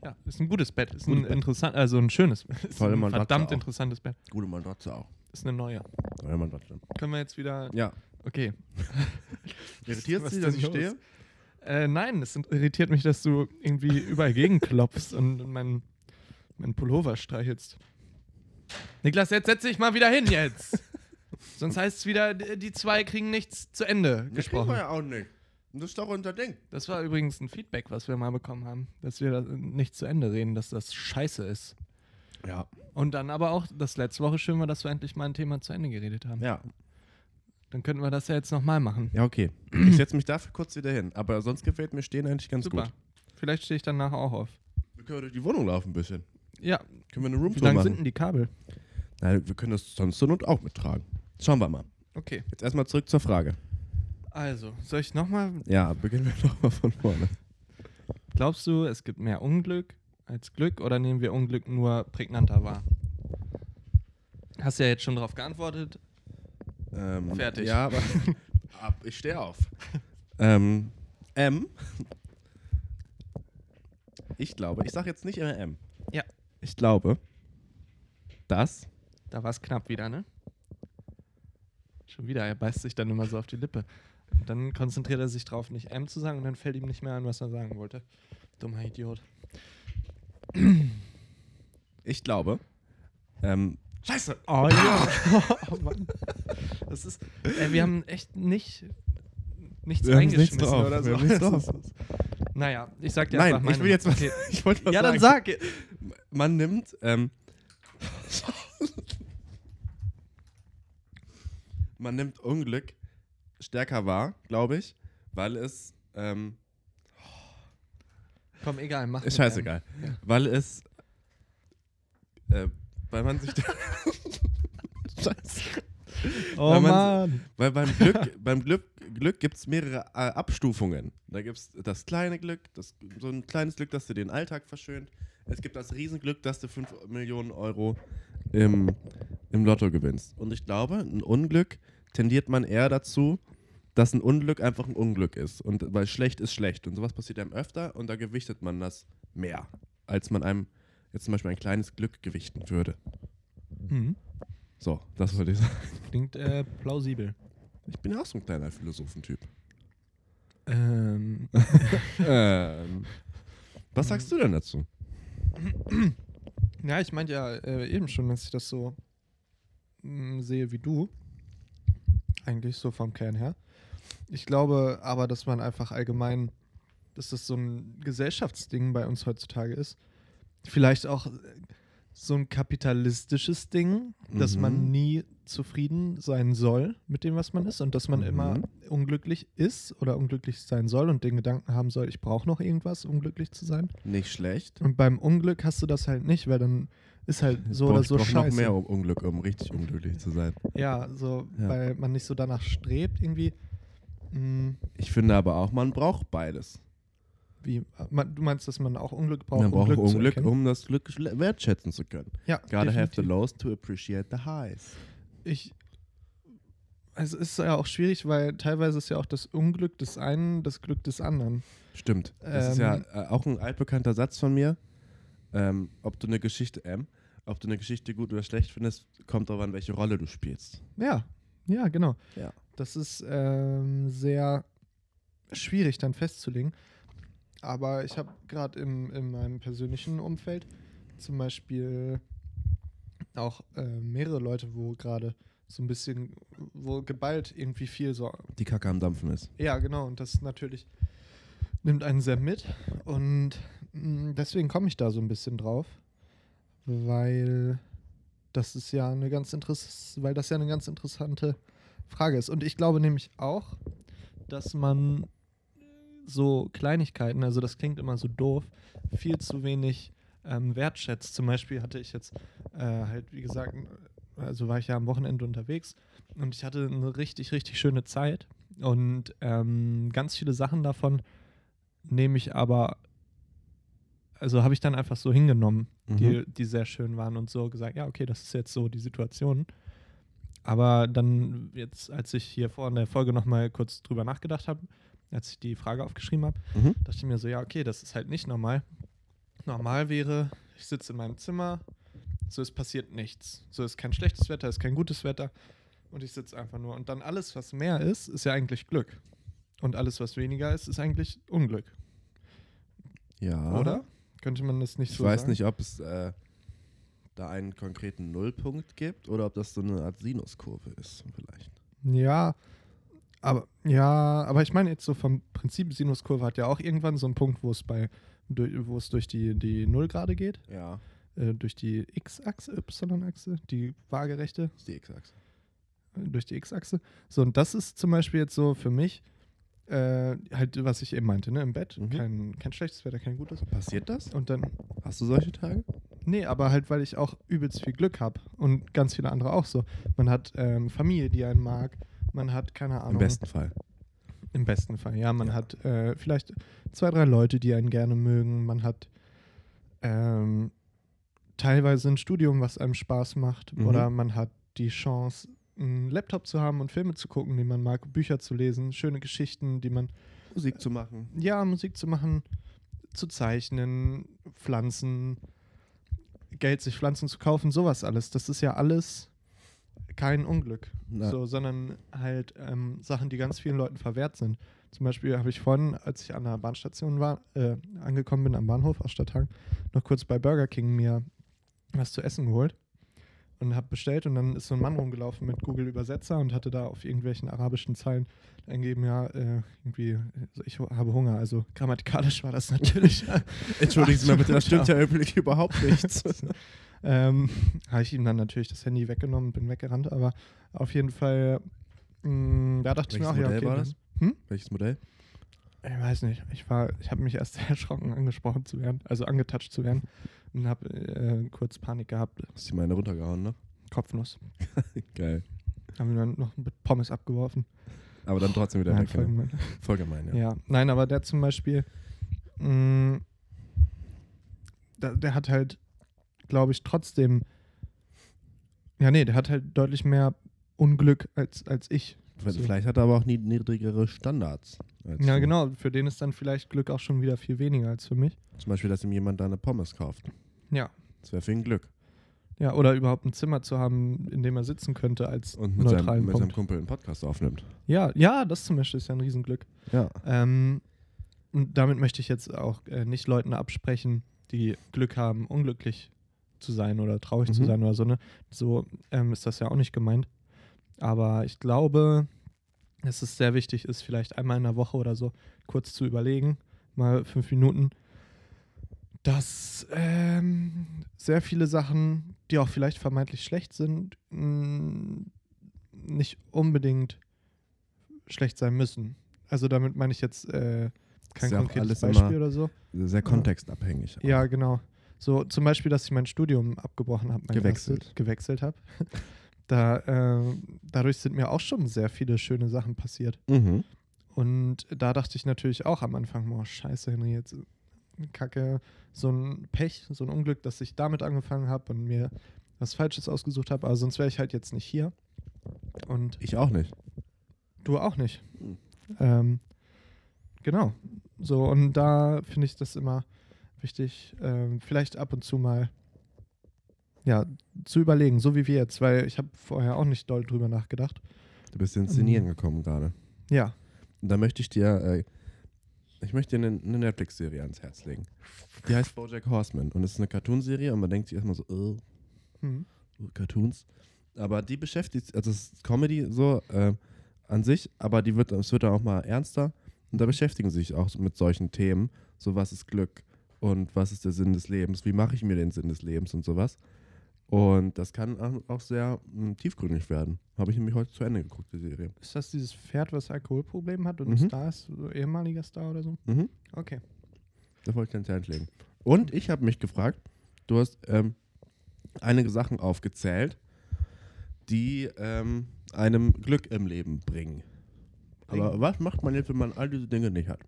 Speaker 3: Ja, ist ein gutes Bett. Ist
Speaker 2: Gutes
Speaker 3: ein
Speaker 2: Bett.
Speaker 3: interessant, also ein schönes, ist
Speaker 2: Volle
Speaker 3: ein
Speaker 2: Matratze
Speaker 3: verdammt
Speaker 2: auch.
Speaker 3: interessantes Bett.
Speaker 2: Gute Matratze auch.
Speaker 3: Ist eine neue.
Speaker 2: Neue Matratze.
Speaker 3: Können wir jetzt wieder?
Speaker 2: Ja.
Speaker 3: Okay.
Speaker 2: Irritiert
Speaker 3: Was
Speaker 2: sie,
Speaker 3: ist
Speaker 2: dass
Speaker 3: denn
Speaker 2: ich
Speaker 3: los?
Speaker 2: stehe?
Speaker 3: Äh, nein, es sind- irritiert mich, dass du irgendwie überall gegenklopfst und und meinen meinen Pullover streichelst. Niklas, jetzt setz dich mal wieder hin jetzt. Sonst heißt es wieder, die die zwei kriegen nichts zu Ende gesprochen.
Speaker 2: ja auch nicht. Das ist doch unser Ding.
Speaker 3: Das war übrigens ein Feedback, was wir mal bekommen haben, dass wir das nicht zu Ende reden, dass das scheiße ist.
Speaker 2: Ja.
Speaker 3: Und dann aber auch, dass letzte Woche schön war, dass wir endlich mal ein Thema zu Ende geredet haben.
Speaker 2: Ja.
Speaker 3: Dann könnten wir das ja jetzt nochmal machen.
Speaker 2: Ja, okay. Ich setze mich dafür kurz wieder hin. Aber sonst gefällt mir Stehen eigentlich ganz
Speaker 3: Super.
Speaker 2: gut.
Speaker 3: Vielleicht stehe ich dann nachher auch auf.
Speaker 2: Wir können durch die Wohnung laufen ein bisschen.
Speaker 3: Ja,
Speaker 2: Können wir eine
Speaker 3: wie
Speaker 2: Roomtour
Speaker 3: lang sind
Speaker 2: machen?
Speaker 3: denn die Kabel?
Speaker 2: Nein, wir können das sonst zur Not auch mittragen. Schauen wir mal.
Speaker 3: Okay,
Speaker 2: Jetzt erstmal zurück zur Frage.
Speaker 3: also, soll ich nochmal?
Speaker 2: Ja, beginnen wir nochmal von vorne.
Speaker 3: Glaubst du, es gibt mehr Unglück als Glück oder nehmen wir Unglück nur prägnanter wahr? Hast ja jetzt schon drauf geantwortet.
Speaker 2: Ähm,
Speaker 3: Fertig.
Speaker 2: Ja, aber ab, ich stehe auf. ähm, M ich glaube, ich sage jetzt nicht M.
Speaker 3: Ja.
Speaker 2: Ich glaube, dass
Speaker 3: Da war es knapp wieder, ne? Schon wieder, er beißt sich dann immer so auf die Lippe. Und dann konzentriert er sich drauf, nicht M zu sagen und dann fällt ihm nicht mehr an, was er sagen wollte. Dummer Idiot.
Speaker 2: ich glaube, ähm,
Speaker 3: Scheiße! Oh ja! oh Mann. Das ist. Ey, wir haben echt nicht. Nichts
Speaker 2: Wir haben's nicht
Speaker 3: reingeschmissen
Speaker 2: drauf,
Speaker 3: oder
Speaker 2: wir
Speaker 3: so.
Speaker 2: haben nichts
Speaker 3: Das
Speaker 2: drauf.
Speaker 3: ist- Naja, ich sag dir
Speaker 2: nein,
Speaker 3: einfach
Speaker 2: ich will jetzt was.
Speaker 3: Okay.
Speaker 2: Ich wollte was
Speaker 3: Ja,
Speaker 2: sagen.
Speaker 3: dann sag!
Speaker 2: Man nimmt, ähm, man nimmt Unglück stärker wahr, glaube ich, weil es ähm,
Speaker 3: Komm, egal, mach.
Speaker 2: Ist
Speaker 3: mit M.
Speaker 2: scheißegal. Weil es. Äh, weil man sich. Scheiße.
Speaker 3: Oh
Speaker 2: Weil man-
Speaker 3: Mann!
Speaker 2: Weil beim Glück, beim Glück, Glück gibt es mehrere äh, Abstufungen. Da gibt es das kleine Glück, das, so ein kleines Glück, dass dir den Alltag verschönt. Es gibt das Riesenglück, dass du 5 Millionen Euro im, im Lotto gewinnst. Und ich glaube, ein Unglück tendiert man eher dazu, dass ein Unglück einfach ein Unglück ist. Und weil schlecht ist schlecht. Und sowas passiert einem öfter und da gewichtet man das mehr, als man einem jetzt zum Beispiel ein kleines Glück gewichten würde.
Speaker 3: Mhm.
Speaker 2: So, das würde ich sagen.
Speaker 3: Klingt äh, plausibel.
Speaker 2: Ich bin ja auch so ein kleiner Philosophentyp.
Speaker 3: Ähm,
Speaker 2: Ähm, was sagst du denn dazu?
Speaker 3: Ja, ich meinte ja äh, eben schon, dass ich das so mm, sehe wie du. Eigentlich so vom Kern her. Ich glaube aber, dass man einfach allgemein, dass das so ein Gesellschaftsding bei uns heutzutage ist. Vielleicht auch äh, so ein kapitalistisches Ding, dass
Speaker 2: Mhm.
Speaker 3: man nie zufrieden sein soll mit dem, was man ist und dass man
Speaker 2: Mhm.
Speaker 3: immer unglücklich ist oder unglücklich sein soll und den Gedanken haben soll, ich brauche noch irgendwas, um glücklich zu sein.
Speaker 2: Nicht schlecht.
Speaker 3: Und beim Unglück hast du das halt nicht, weil dann ist halt so
Speaker 2: Boah,
Speaker 3: oder
Speaker 2: ich
Speaker 3: so
Speaker 2: brauch
Speaker 3: scheiße.
Speaker 2: noch mehr um Unglück, um richtig unglücklich zu sein.
Speaker 3: Ja, so,
Speaker 2: Ja.
Speaker 3: weil man nicht so danach strebt irgendwie. Hm,
Speaker 2: Ich finde aber auch, man braucht beides.
Speaker 3: wie, man, du meinst, dass man auch Unglück braucht, um
Speaker 2: man braucht
Speaker 3: Glück zu
Speaker 2: Unglück,
Speaker 3: erkennen?
Speaker 2: um das Glück schl- wertschätzen zu können.
Speaker 3: ja,
Speaker 2: Gotta have the
Speaker 3: definitiv.
Speaker 2: lows to appreciate the highs.
Speaker 3: Ich, also es ist ja auch schwierig, weil teilweise ist ja auch das Unglück des einen das Glück des anderen.
Speaker 2: Stimmt. Das ist ja
Speaker 3: Ähm.
Speaker 2: äh, auch ein altbekannter Satz von mir. Ähm, ob du eine Geschichte, M, ob du eine Geschichte gut oder schlecht findest, kommt darauf an, welche Rolle du spielst.
Speaker 3: Ja, ja, genau.
Speaker 2: Ja.
Speaker 3: Das ist ähm, sehr schwierig dann festzulegen. Aber ich habe gerade in, in meinem persönlichen Umfeld zum Beispiel auch äh, mehrere Leute, wo gerade so ein bisschen, wo geballt irgendwie viel so.
Speaker 2: Die Kacke am Dampfen ist.
Speaker 3: Ja, genau. Und das natürlich nimmt einen sehr mit. Und mh, deswegen komme ich da so ein bisschen drauf, weil das ist ja eine ganz interessante, weil das ja eine ganz interessante Frage ist. Und ich glaube nämlich auch, dass man so Kleinigkeiten, also das klingt immer so doof, viel zu wenig ähm, wertschätzt. Zum Beispiel hatte ich jetzt äh, halt, wie gesagt, also war ich ja am Wochenende unterwegs und ich hatte eine richtig, richtig schöne Zeit und ähm, ganz viele Sachen davon nehme ich aber, also habe ich dann einfach so hingenommen,
Speaker 2: Mhm.
Speaker 3: die, die sehr schön waren und so gesagt, ja, okay, das ist jetzt so die Situation. Aber dann jetzt, als ich hier vor in der Folge nochmal kurz drüber nachgedacht habe, als ich die Frage aufgeschrieben habe,
Speaker 2: Mhm.
Speaker 3: dachte ich mir so, ja, okay, das ist halt nicht normal. Normal wäre, ich sitze in meinem Zimmer, so es passiert nichts. So ist kein schlechtes Wetter, ist kein gutes Wetter und ich sitze einfach nur. Und dann alles, was mehr ist, ist ja eigentlich Glück. Und alles, was weniger ist, ist eigentlich Unglück,
Speaker 2: Ja.
Speaker 3: oder? Könnte man das nicht
Speaker 2: Ich
Speaker 3: so
Speaker 2: weiß
Speaker 3: sagen?
Speaker 2: nicht, ob es äh, da einen konkreten Nullpunkt gibt oder ob das so eine Art Sinuskurve ist, vielleicht.
Speaker 3: Ja, aber ja, aber ich meine jetzt so vom Prinzip Sinuskurve hat ja auch irgendwann so einen Punkt, wo es bei durch- wo es durch die die Nullgrade geht,
Speaker 2: Ja,
Speaker 3: äh, durch die X-Achse, Y-Achse, die waagerechte
Speaker 2: ist die X-Achse.
Speaker 3: äh, durch die X-Achse. So und das ist zum Beispiel jetzt so für mich äh, halt was ich eben meinte, ne, im Bett,
Speaker 2: Mhm.
Speaker 3: kein kein schlechtes Wetter, kein gutes.
Speaker 2: Passiert das?
Speaker 3: Und dann
Speaker 2: Hast du solche Tage?
Speaker 3: Nee, aber halt, weil ich auch übelst viel Glück habe und ganz viele andere auch so. Man hat ähm, Familie, die einen mag, man hat, keine Ahnung,
Speaker 2: Im besten Fall.
Speaker 3: Im besten Fall, ja. Man
Speaker 2: Ja.
Speaker 3: hat äh, vielleicht zwei, drei Leute, die einen gerne mögen. Man hat ähm, teilweise ein Studium, was einem Spaß macht.
Speaker 2: Mhm.
Speaker 3: Oder man hat die Chance, einen Laptop zu haben und Filme zu gucken, die man mag, Bücher zu lesen, schöne Geschichten, die man,
Speaker 2: Musik zu machen.
Speaker 3: ja, Musik zu machen, zu zeichnen, Pflanzen, Geld sich Pflanzen zu kaufen, sowas alles. Das ist ja alles kein Unglück,
Speaker 2: Na.
Speaker 3: so, sondern halt ähm, Sachen, die ganz vielen Leuten verwehrt sind. Zum Beispiel habe ich vorhin, als ich an der Bahnstation war, äh, angekommen bin am Bahnhof aus Stadthagen, noch kurz bei Burger King mir was zu essen geholt und habe bestellt und dann ist so ein Mann rumgelaufen mit Google Übersetzer und hatte da auf irgendwelchen arabischen Zeilen eingeben, ja, äh, irgendwie, also ich habe Hunger. Also grammatikalisch war das natürlich.
Speaker 2: Entschuldigen Sie mal bitte, das stimmt
Speaker 3: Absolut,
Speaker 2: ja wirklich überhaupt nichts.
Speaker 3: ähm, habe ich ihm dann natürlich das Handy weggenommen und bin weggerannt, aber auf jeden Fall, mh, da dachte
Speaker 2: Welches
Speaker 3: ich mir auch, ja,
Speaker 2: Modell
Speaker 3: okay.
Speaker 2: war
Speaker 3: dann-
Speaker 2: das?
Speaker 3: Hm?
Speaker 2: Welches Modell?
Speaker 3: Ich weiß nicht. Ich war, ich habe mich erst sehr erschrocken, angesprochen zu werden, also angetatscht zu werden und habe äh, kurz Panik gehabt.
Speaker 2: Hast du meine runtergehauen, ne?
Speaker 3: Kopfnuss.
Speaker 2: Geil.
Speaker 3: Haben wir dann noch mit Pommes abgeworfen.
Speaker 2: Aber dann trotzdem wieder
Speaker 3: Nein,
Speaker 2: weg. Voll,
Speaker 3: folgendes.
Speaker 2: voll gemein, ja.
Speaker 3: Ja. nein, aber der zum Beispiel, mh, der, der hat halt, glaube ich, trotzdem, ja, nee, der hat halt deutlich mehr Unglück als, als ich.
Speaker 2: V- Vielleicht hat er aber auch nie niedrigere Standards. als
Speaker 3: Ja,
Speaker 2: du.
Speaker 3: genau, für den ist dann vielleicht Glück auch schon wieder viel weniger als für mich.
Speaker 2: Zum Beispiel, dass ihm jemand da eine Pommes kauft.
Speaker 3: Ja.
Speaker 2: Das wäre für ihn Glück.
Speaker 3: Ja, oder überhaupt ein Zimmer zu haben, in dem er sitzen könnte als
Speaker 2: Und mit,
Speaker 3: neutralen
Speaker 2: seinem, mit
Speaker 3: Punkt.
Speaker 2: seinem Kumpel einen Podcast aufnimmt.
Speaker 3: ja, ja, das zum Beispiel ist ja ein Riesenglück.
Speaker 2: Ja.
Speaker 3: Ähm, und damit möchte ich jetzt auch äh, nicht Leuten absprechen, die Glück haben, unglücklich zu sein oder traurig zu
Speaker 2: Mhm.
Speaker 3: sein oder so. Ne? So ähm, ist das ja auch nicht gemeint. Aber ich glaube, dass es sehr wichtig ist, vielleicht einmal in der Woche oder so kurz zu überlegen, mal fünf Minuten, dass ähm, sehr viele Sachen, die auch vielleicht vermeintlich schlecht sind, mh, nicht unbedingt schlecht sein müssen. Also damit meine ich jetzt äh, kein
Speaker 2: Ist ja auch
Speaker 3: konkretes
Speaker 2: alles immer-
Speaker 3: Beispiel oder so.
Speaker 2: Sehr kontextabhängig.
Speaker 3: Ja, genau. So zum Beispiel, dass ich mein Studium abgebrochen habe, mein
Speaker 2: Gewechselt.
Speaker 3: erstes, gewechselt habe. Da, äh, dadurch sind mir auch schon sehr viele schöne Sachen passiert.
Speaker 2: Mhm.
Speaker 3: Und da dachte ich natürlich auch am Anfang, boah, scheiße, Henry, jetzt kacke, so ein Pech, so ein Unglück, dass ich damit angefangen habe und mir was Falsches ausgesucht habe, aber sonst wäre ich halt jetzt nicht hier. Und
Speaker 2: Ich auch nicht.
Speaker 3: Du auch nicht. Ähm, genau. So, und da finde ich das immer wichtig, ähm, vielleicht ab und zu mal ja, zu überlegen, so wie wir jetzt, weil ich habe vorher auch nicht doll drüber nachgedacht.
Speaker 2: Du bist
Speaker 3: Mhm.
Speaker 2: ins Sinnieren gekommen gerade.
Speaker 3: Ja,
Speaker 2: Und da möchte ich dir, äh, ich möchte dir eine, eine Netflix-Serie ans Herz legen. Die heißt Bojack Horseman und ist eine Cartoonserie und man denkt sich erstmal so, äh,
Speaker 3: hm.
Speaker 2: Cartoons. Aber die beschäftigt, also es ist Comedy so äh, an sich, aber die wird, es wird dann auch mal ernster. Und da beschäftigen sie sich auch so mit solchen Themen, so was ist Glück und was ist der Sinn des Lebens, wie mache ich mir den Sinn des Lebens und sowas. Und das kann auch- auch sehr mh, tiefgründig werden. Habe ich nämlich heute zu Ende geguckt, die Serie.
Speaker 3: ist das dieses Pferd, was Alkoholprobleme hat und
Speaker 2: Mhm.
Speaker 3: Star ist, so ehemaliger Star oder so?
Speaker 2: Mhm.
Speaker 3: Okay.
Speaker 2: Da wollte ich den Zent legen. Und ich habe mich gefragt, du hast ähm, einige Sachen aufgezählt, die ähm, einem Glück im Leben bringen. Aber
Speaker 3: Bringen.
Speaker 2: was macht man jetzt, wenn man all diese Dinge nicht hat?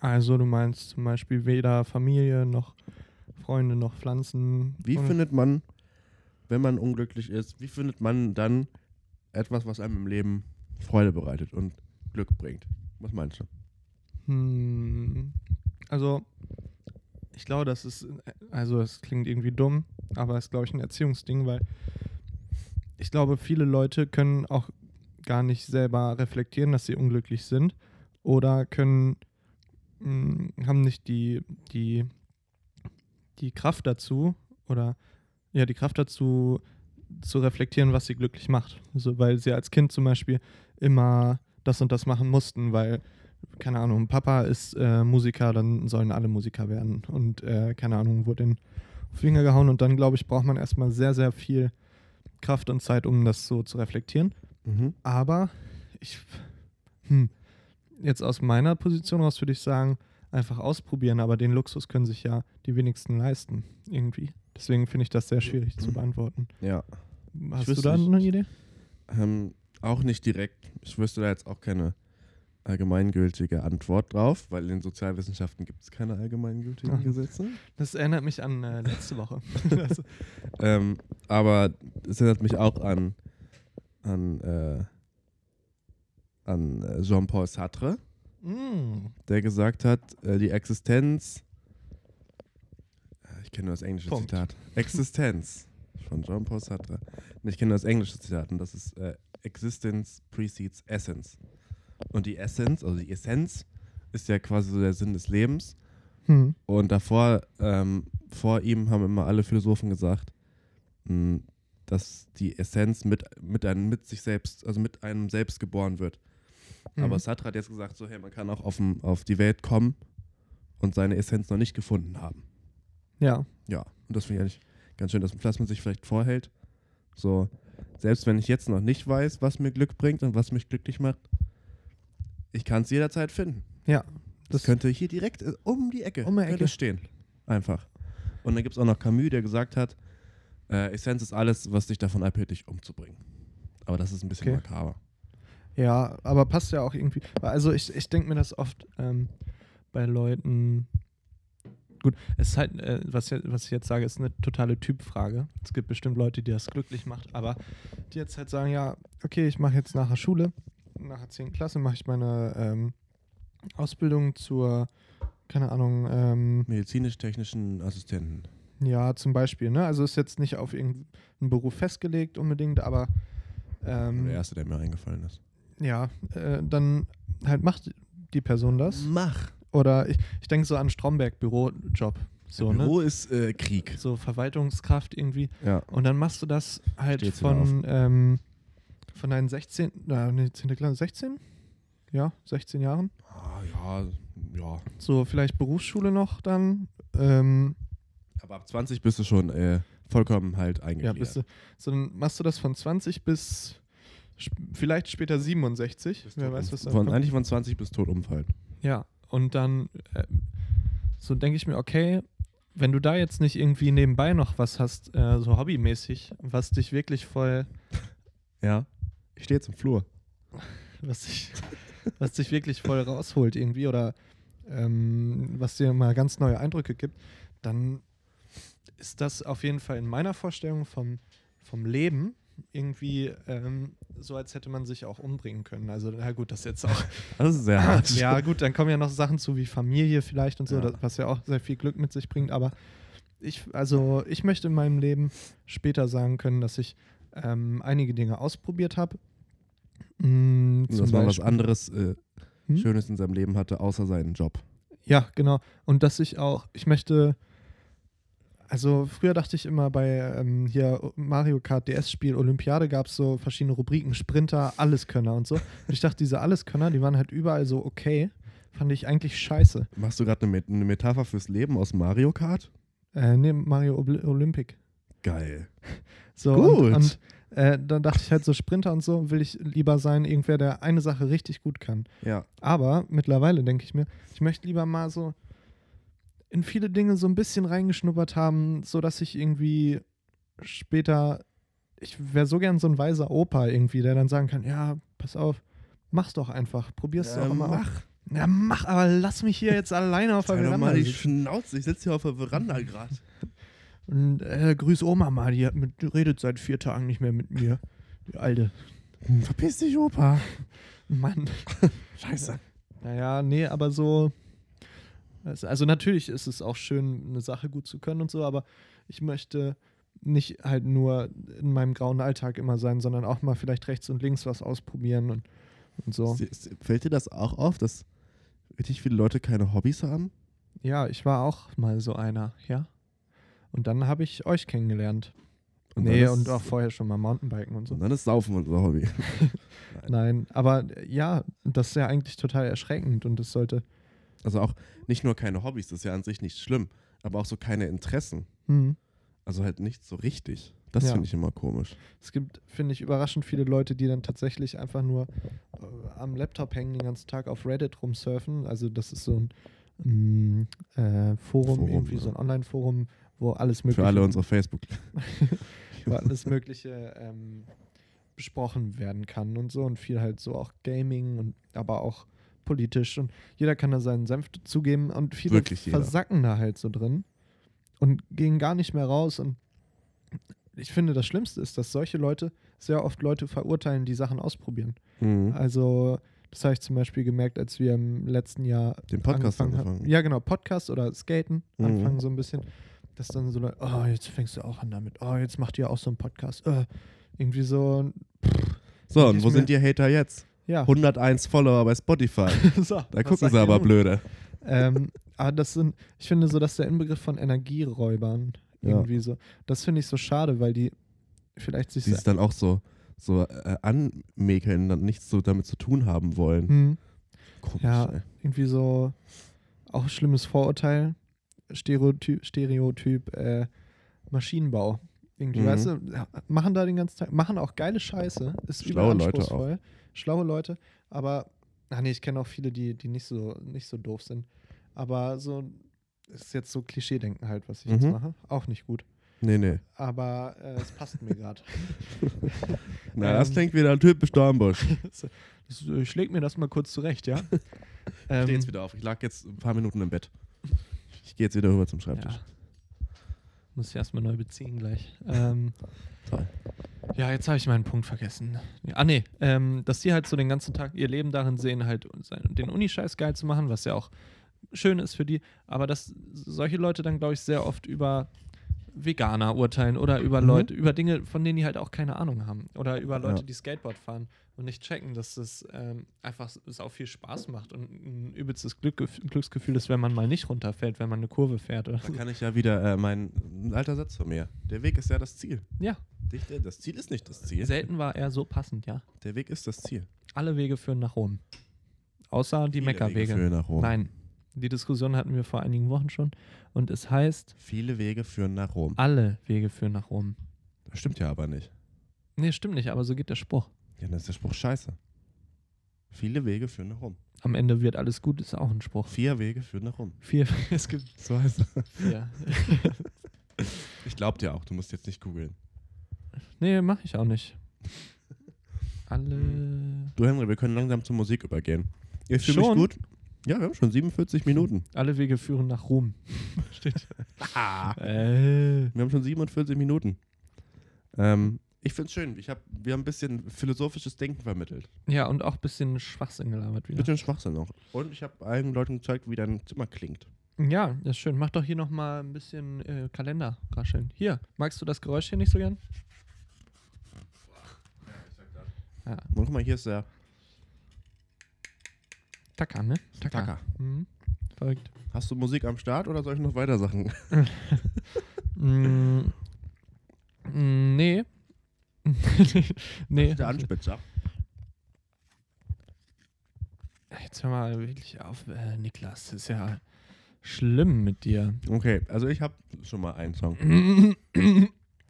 Speaker 3: Also, du meinst zum Beispiel weder Familie noch Freunde noch Pflanzen.
Speaker 2: Wie
Speaker 3: oder-
Speaker 2: findet man, wenn man unglücklich ist, wie findet man dann etwas, was einem im Leben Freude bereitet und Glück bringt? Was meinst du?
Speaker 3: Hm, also, ich glaube, das ist, also es klingt irgendwie dumm, aber es ist, glaube ich, ein Erziehungsding, weil ich glaube, viele Leute können auch gar nicht selber reflektieren, dass sie unglücklich sind oder können, hm, haben nicht die, die, die Kraft dazu oder ja, die Kraft dazu zu reflektieren, was sie glücklich macht. So, weil sie als Kind zum Beispiel immer das und das machen mussten, weil keine Ahnung, Papa ist äh, Musiker, dann sollen alle Musiker werden. Und äh, keine Ahnung, wurde in den Finger gehauen. Und dann, glaube ich, braucht man erstmal sehr, sehr viel Kraft und Zeit, um das so zu reflektieren. Aber ich, hm, jetzt aus meiner Position raus würde ich sagen, einfach ausprobieren. Aber den Luxus können sich ja die wenigsten leisten, irgendwie. Deswegen finde ich das sehr schwierig zu beantworten.
Speaker 2: Ja.
Speaker 3: Hast du
Speaker 2: wüsste
Speaker 3: da
Speaker 2: nicht.
Speaker 3: eine Idee?
Speaker 2: Ähm, auch nicht direkt. Ich wüsste da jetzt auch keine allgemeingültige Antwort drauf, weil in Sozialwissenschaften gibt es keine allgemeingültigen
Speaker 3: Ah.
Speaker 2: Gesetze.
Speaker 3: Das erinnert mich an äh, letzte Woche. Also, das,
Speaker 2: Ähm, aber es erinnert mich auch an, an, äh, an äh, Jean-Paul Sartre,
Speaker 3: Mm,
Speaker 2: der gesagt hat, äh, die Existenz. Äh, Ich kenne nur das englische
Speaker 3: Punkt.
Speaker 2: Zitat. Existenz von Jean-Paul Sartre. Und ich kenne nur das englische Zitat und das ist äh, Existence precedes Essence. Und die Essence, also die Essenz, ist ja quasi so der Sinn des Lebens.
Speaker 3: Hm.
Speaker 2: Und davor, ähm, vor ihm haben immer alle Philosophen gesagt, mh, dass die Essenz mit, mit, einem, mit sich selbst, also mit einem selbst geboren wird.
Speaker 3: Hm.
Speaker 2: Aber
Speaker 3: Mhm.
Speaker 2: Sartre hat jetzt gesagt, so, hey, man kann auch auf, dem, auf die Welt kommen und seine Essenz noch nicht gefunden haben.
Speaker 3: Ja.
Speaker 2: Ja, und das finde ich eigentlich ganz schön, dass dass man sich vielleicht vorhält. So, selbst wenn ich jetzt noch nicht weiß, was mir Glück bringt und was mich glücklich macht, ich kann es jederzeit finden.
Speaker 3: Ja.
Speaker 2: Das könnte hier direkt äh, um die Ecke,
Speaker 3: Um die
Speaker 2: könnte
Speaker 3: Ecke.
Speaker 2: es stehen. Einfach. Und dann gibt es auch noch Camus, der gesagt hat, äh, Essenz ist alles, was dich davon abhält, dich umzubringen. Aber das ist ein bisschen
Speaker 3: Okay.
Speaker 2: makaber.
Speaker 3: Ja, aber passt ja auch irgendwie. Also ich, ich denke mir das oft ähm, bei Leuten. Gut, es ist halt, äh, was, je- was ich jetzt sage, ist eine totale Typfrage. Es gibt bestimmt Leute, die das glücklich macht, aber die jetzt halt sagen, ja, okay, ich mache jetzt nach der Schule, nach der 10. Klasse mache ich meine ähm, Ausbildung zur, keine Ahnung, ähm,
Speaker 2: Medizinisch-technischen Assistenten.
Speaker 3: ja, zum Beispiel, ne? Also ist jetzt nicht auf irgendeinen Beruf festgelegt unbedingt, aber ähm,
Speaker 2: Der erste, der mir eingefallen ist.
Speaker 3: ja, äh, dann halt macht die Person das.
Speaker 2: Mach.
Speaker 3: Oder ich, ich denke so an Stromberg, Bürojob. So, ne?
Speaker 2: Büro ist äh, Krieg.
Speaker 3: So Verwaltungskraft irgendwie.
Speaker 2: Ja.
Speaker 3: Und dann machst du das halt
Speaker 2: Steht's wieder
Speaker 3: von, ähm, von deinen 16, na, nee, 10. Klasse, 16? Ja, 16 Jahren.
Speaker 2: Ah, ja, ja.
Speaker 3: So vielleicht Berufsschule noch dann. Ähm,
Speaker 2: Aber ab 20 bist du schon äh, vollkommen halt
Speaker 3: ja,
Speaker 2: eingegliedert.
Speaker 3: bist du, so dann machst du das von 20 bis sp vielleicht später 67. Wer weiß, was da
Speaker 2: von,
Speaker 3: kommt.
Speaker 2: Eigentlich von 20 bis tot umfallen.
Speaker 3: Ja, und dann äh, so denke ich mir, okay, wenn du da jetzt nicht irgendwie nebenbei noch was hast, äh, so hobbymäßig, was dich wirklich voll,
Speaker 2: Ja. Ich stehe jetzt im Flur.
Speaker 3: was dich, was dich wirklich voll rausholt irgendwie oder ähm, was dir mal ganz neue Eindrücke gibt, dann ist das auf jeden Fall in meiner Vorstellung vom, vom Leben irgendwie ähm, so, als hätte man sich auch umbringen können. Also, na gut, das ist jetzt auch
Speaker 2: Das ist sehr hart.
Speaker 3: Ja, gut, dann kommen ja noch Sachen zu wie Familie vielleicht und so,
Speaker 2: Ja.
Speaker 3: das- was ja auch sehr viel Glück mit sich bringt. Aber ich, also ich möchte in meinem Leben später sagen können, dass ich ähm, einige Dinge ausprobiert habe. Mm,
Speaker 2: Und
Speaker 3: zum
Speaker 2: dass man was
Speaker 3: Beispiel-
Speaker 2: anderes äh,
Speaker 3: Hm?
Speaker 2: Schönes in seinem Leben hatte, außer seinen Job.
Speaker 3: Ja, genau. Und dass ich auch, ich möchte, also früher dachte ich immer bei ähm, hier Mario Kart DS-Spiel Olympiade gab es so verschiedene Rubriken, Sprinter, Alleskönner und so. Und ich dachte, diese Alleskönner, die waren halt überall so okay. Fand ich eigentlich scheiße.
Speaker 2: Machst du gerade eine, Met eine Metapher fürs Leben aus Mario Kart?
Speaker 3: Äh, nee, Mario Obl Olympic.
Speaker 2: Geil.
Speaker 3: So,
Speaker 2: Gut.
Speaker 3: Und, und äh, dann dachte ich halt, so Sprinter und so will ich lieber sein, irgendwer, der eine Sache richtig gut kann.
Speaker 2: Ja.
Speaker 3: Aber mittlerweile denke ich mir, ich möchte lieber mal so in viele Dinge so ein bisschen reingeschnuppert haben, sodass ich irgendwie später, ich wäre so gern so ein weiser Opa irgendwie, der dann sagen kann, ja, pass auf, mach's doch einfach, probier's
Speaker 2: Ja,
Speaker 3: doch mal.
Speaker 2: mach.
Speaker 3: auf. Ja, mach, aber lass mich hier jetzt alleine auf der
Speaker 2: Halt doch
Speaker 3: Veranda
Speaker 2: mal die
Speaker 3: sitzen.
Speaker 2: Schnauze. Ich sitze hier auf der Veranda gerade.
Speaker 3: Und, äh, grüß Oma mal, die, hat mit, die redet seit vier Tagen nicht mehr mit mir. Die alte. Hm,
Speaker 2: Verpiss dich, Opa.
Speaker 3: Mann.
Speaker 2: Scheiße.
Speaker 3: Naja, nee, aber so. Also also natürlich ist es auch schön, eine Sache gut zu können und so, aber ich möchte nicht halt nur in meinem grauen Alltag immer sein, sondern auch mal vielleicht rechts und links was ausprobieren und, und so.
Speaker 2: Sie- sie- Fällt dir das auch auf, dass richtig viele Leute keine Hobbys haben?
Speaker 3: Ja, ich war auch mal so einer, ja. Und dann habe ich euch kennengelernt.
Speaker 2: dann
Speaker 3: nee,
Speaker 2: ist-
Speaker 3: und auch vorher schon mal Mountainbiken und so.
Speaker 2: Und dann ist Saufen unser Hobby.
Speaker 3: Nein, aber äh, ja, das ist ja eigentlich total erschreckend und das sollte.
Speaker 2: Also auch nicht nur keine Hobbys, das ist ja an sich nicht schlimm, aber auch so keine Interessen.
Speaker 3: Hm.
Speaker 2: Also halt nicht so richtig. Das
Speaker 3: Ja.
Speaker 2: finde ich immer komisch.
Speaker 3: Es gibt, finde ich, überraschend viele Leute, die dann tatsächlich einfach nur äh, am Laptop hängen, den ganzen Tag auf Reddit rumsurfen. Also, das ist so ein mm, äh, Forum,
Speaker 2: Forum,
Speaker 3: irgendwie
Speaker 2: ja.
Speaker 3: so ein Online-Forum, wo alles Mögliche,
Speaker 2: Für alle unsere Facebook.
Speaker 3: wo alles mögliche ähm, besprochen werden kann und so. Und viel halt so auch Gaming, und, aber auch politisch. Und jeder kann da seinen Senf zugeben. Und viele
Speaker 2: Wirklich jeder.
Speaker 3: versacken da halt so drin und gehen gar nicht mehr raus. Und ich finde, das Schlimmste ist, dass solche Leute sehr oft Leute verurteilen, die Sachen ausprobieren.
Speaker 2: Mhm.
Speaker 3: Also Das habe ich zum Beispiel gemerkt, als wir im letzten Jahr
Speaker 2: Den Podcast
Speaker 3: angefangen
Speaker 2: angefangen.
Speaker 3: haben. Ja, genau, Podcast oder Skaten
Speaker 2: Mhm.
Speaker 3: anfangen so ein bisschen. Dass dann so Leute, oh, jetzt fängst du auch an damit. Oh, jetzt macht ihr auch so einen Podcast. Äh, irgendwie so,
Speaker 2: So,
Speaker 3: Denk
Speaker 2: und
Speaker 3: ich
Speaker 2: wo
Speaker 3: mir-
Speaker 2: sind die Hater jetzt?
Speaker 3: ja.
Speaker 2: 101 Follower bei Spotify.
Speaker 3: so,
Speaker 2: Da
Speaker 3: was
Speaker 2: gucken
Speaker 3: sagt
Speaker 2: sie
Speaker 3: ihr
Speaker 2: aber
Speaker 3: nun?
Speaker 2: blöde.
Speaker 3: ähm, aber das sind, ich finde so, dass der Inbegriff von Energieräubern
Speaker 2: Ja.
Speaker 3: irgendwie so. Das finde ich so schade, weil die vielleicht sich
Speaker 2: Die
Speaker 3: so.
Speaker 2: es dann auch so, so äh, anmäkeln, dann nichts so damit zu tun haben wollen.
Speaker 3: Hm,
Speaker 2: Komisch,
Speaker 3: Ja.
Speaker 2: ey.
Speaker 3: irgendwie so auch schlimmes Vorurteil, Stereotyp, Stereotyp äh, Maschinenbau. Irgendwie,
Speaker 2: Mhm.
Speaker 3: weißt du, ja, machen da den ganzen Tag, machen auch geile Scheiße, ist
Speaker 2: Schlaue Leute
Speaker 3: überanspruchsvoll, schlaue Leute, aber, ach nee, ich kenne auch viele, die, die nicht so, nicht so doof sind, aber so, ist jetzt so Klischee-Denken halt, was ich jetzt
Speaker 2: Mhm.
Speaker 3: mache, auch nicht gut.
Speaker 2: Nee, nee.
Speaker 3: aber äh, es passt mir gerade.
Speaker 2: Na,
Speaker 3: Ähm.
Speaker 2: das klingt wieder typisch Dornbusch.
Speaker 3: Ich leg mir das mal kurz zurecht, ja? ähm,
Speaker 2: Ich stehe jetzt wieder auf. Ich lag jetzt ein paar Minuten im Bett. Ich gehe jetzt wieder rüber zum Schreibtisch.
Speaker 3: Ja. Muss ich erstmal neu beziehen gleich. Ähm,
Speaker 2: Toll.
Speaker 3: ja, jetzt habe ich meinen Punkt vergessen. Ja, ah, nee, ähm, dass die halt so den ganzen Tag ihr Leben darin sehen, halt sein- den Unischeiß geil zu machen, was ja auch schön ist für die, aber dass solche Leute dann, glaube ich, sehr oft über Veganer urteilen oder über
Speaker 2: Mhm.
Speaker 3: Leute, über Dinge, von denen die halt auch keine Ahnung haben. Oder über Leute,
Speaker 2: Ja.
Speaker 3: die Skateboard fahren und nicht checken, dass es ähm, einfach s- es auch viel Spaß macht und ein übelstes Glück, Glücksgefühl ist, wenn man mal nicht runterfällt, wenn man eine Kurve fährt. Oder
Speaker 2: Da
Speaker 3: so.
Speaker 2: kann ich ja wieder äh, mein ein alter Satz von mir. Der Weg ist ja das Ziel.
Speaker 3: Ja,
Speaker 2: Dich- äh, Das Ziel ist nicht das Ziel.
Speaker 3: selten war er so passend, ja.
Speaker 2: Der Weg ist das Ziel.
Speaker 3: Alle Wege führen nach Rom. Außer die
Speaker 2: Viele Wege
Speaker 3: Meckerwege.
Speaker 2: führen nach Rom.
Speaker 3: Nein, die Diskussion hatten wir vor einigen Wochen schon. Und es heißt,
Speaker 2: Viele Wege führen nach Rom.
Speaker 3: alle Wege führen nach Rom.
Speaker 2: Das stimmt ja aber nicht.
Speaker 3: Nee, stimmt nicht, aber so geht der Spruch.
Speaker 2: Ja, dann ist der Spruch scheiße. Viele Wege führen nach Rom.
Speaker 3: Am Ende wird alles gut, ist auch ein Spruch.
Speaker 2: Vier Wege führen nach Rom.
Speaker 3: Vier, es gibt
Speaker 2: So heißt es.
Speaker 3: vier.
Speaker 2: Ich glaub dir auch, du musst jetzt nicht googeln.
Speaker 3: Nee, mache ich auch nicht. Alle,
Speaker 2: Du, Henry, wir können langsam zur Musik übergehen. Ich fühle mich
Speaker 3: Schon?
Speaker 2: gut. Ja, wir haben schon 47 Minuten.
Speaker 3: alle Wege führen nach Rom. Steht.
Speaker 2: Ah.
Speaker 3: Äh,
Speaker 2: Wir haben schon 47 Minuten. Ähm, ich find's schön. Ich hab, wir haben ein bisschen philosophisches Denken vermittelt.
Speaker 3: ja, und auch ein bisschen Schwachsinn gelabert
Speaker 2: Ein
Speaker 3: wieder.
Speaker 2: bisschen Schwachsinn noch. Und ich habe allen Leuten gezeigt, wie dein Zimmer klingt.
Speaker 3: Ja, das ist schön. Mach doch hier nochmal ein bisschen äh, Kalender rascheln. Hier, magst du das Geräusch hier nicht so gern? Ja,
Speaker 2: Und guck mal, hier ist der
Speaker 3: Tacker, ne?
Speaker 2: Tacker.
Speaker 3: Mhm. Verrückt.
Speaker 2: Hast du Musik am Start oder soll ich noch weiter Sachen?
Speaker 3: Mm, mm, nee. nee.
Speaker 2: Der Anspitzer.
Speaker 3: Jetzt hör mal wirklich auf, äh, Niklas. Das ist ja schlimm mit dir.
Speaker 2: Okay, also ich habe schon mal einen Song.
Speaker 3: Mhm.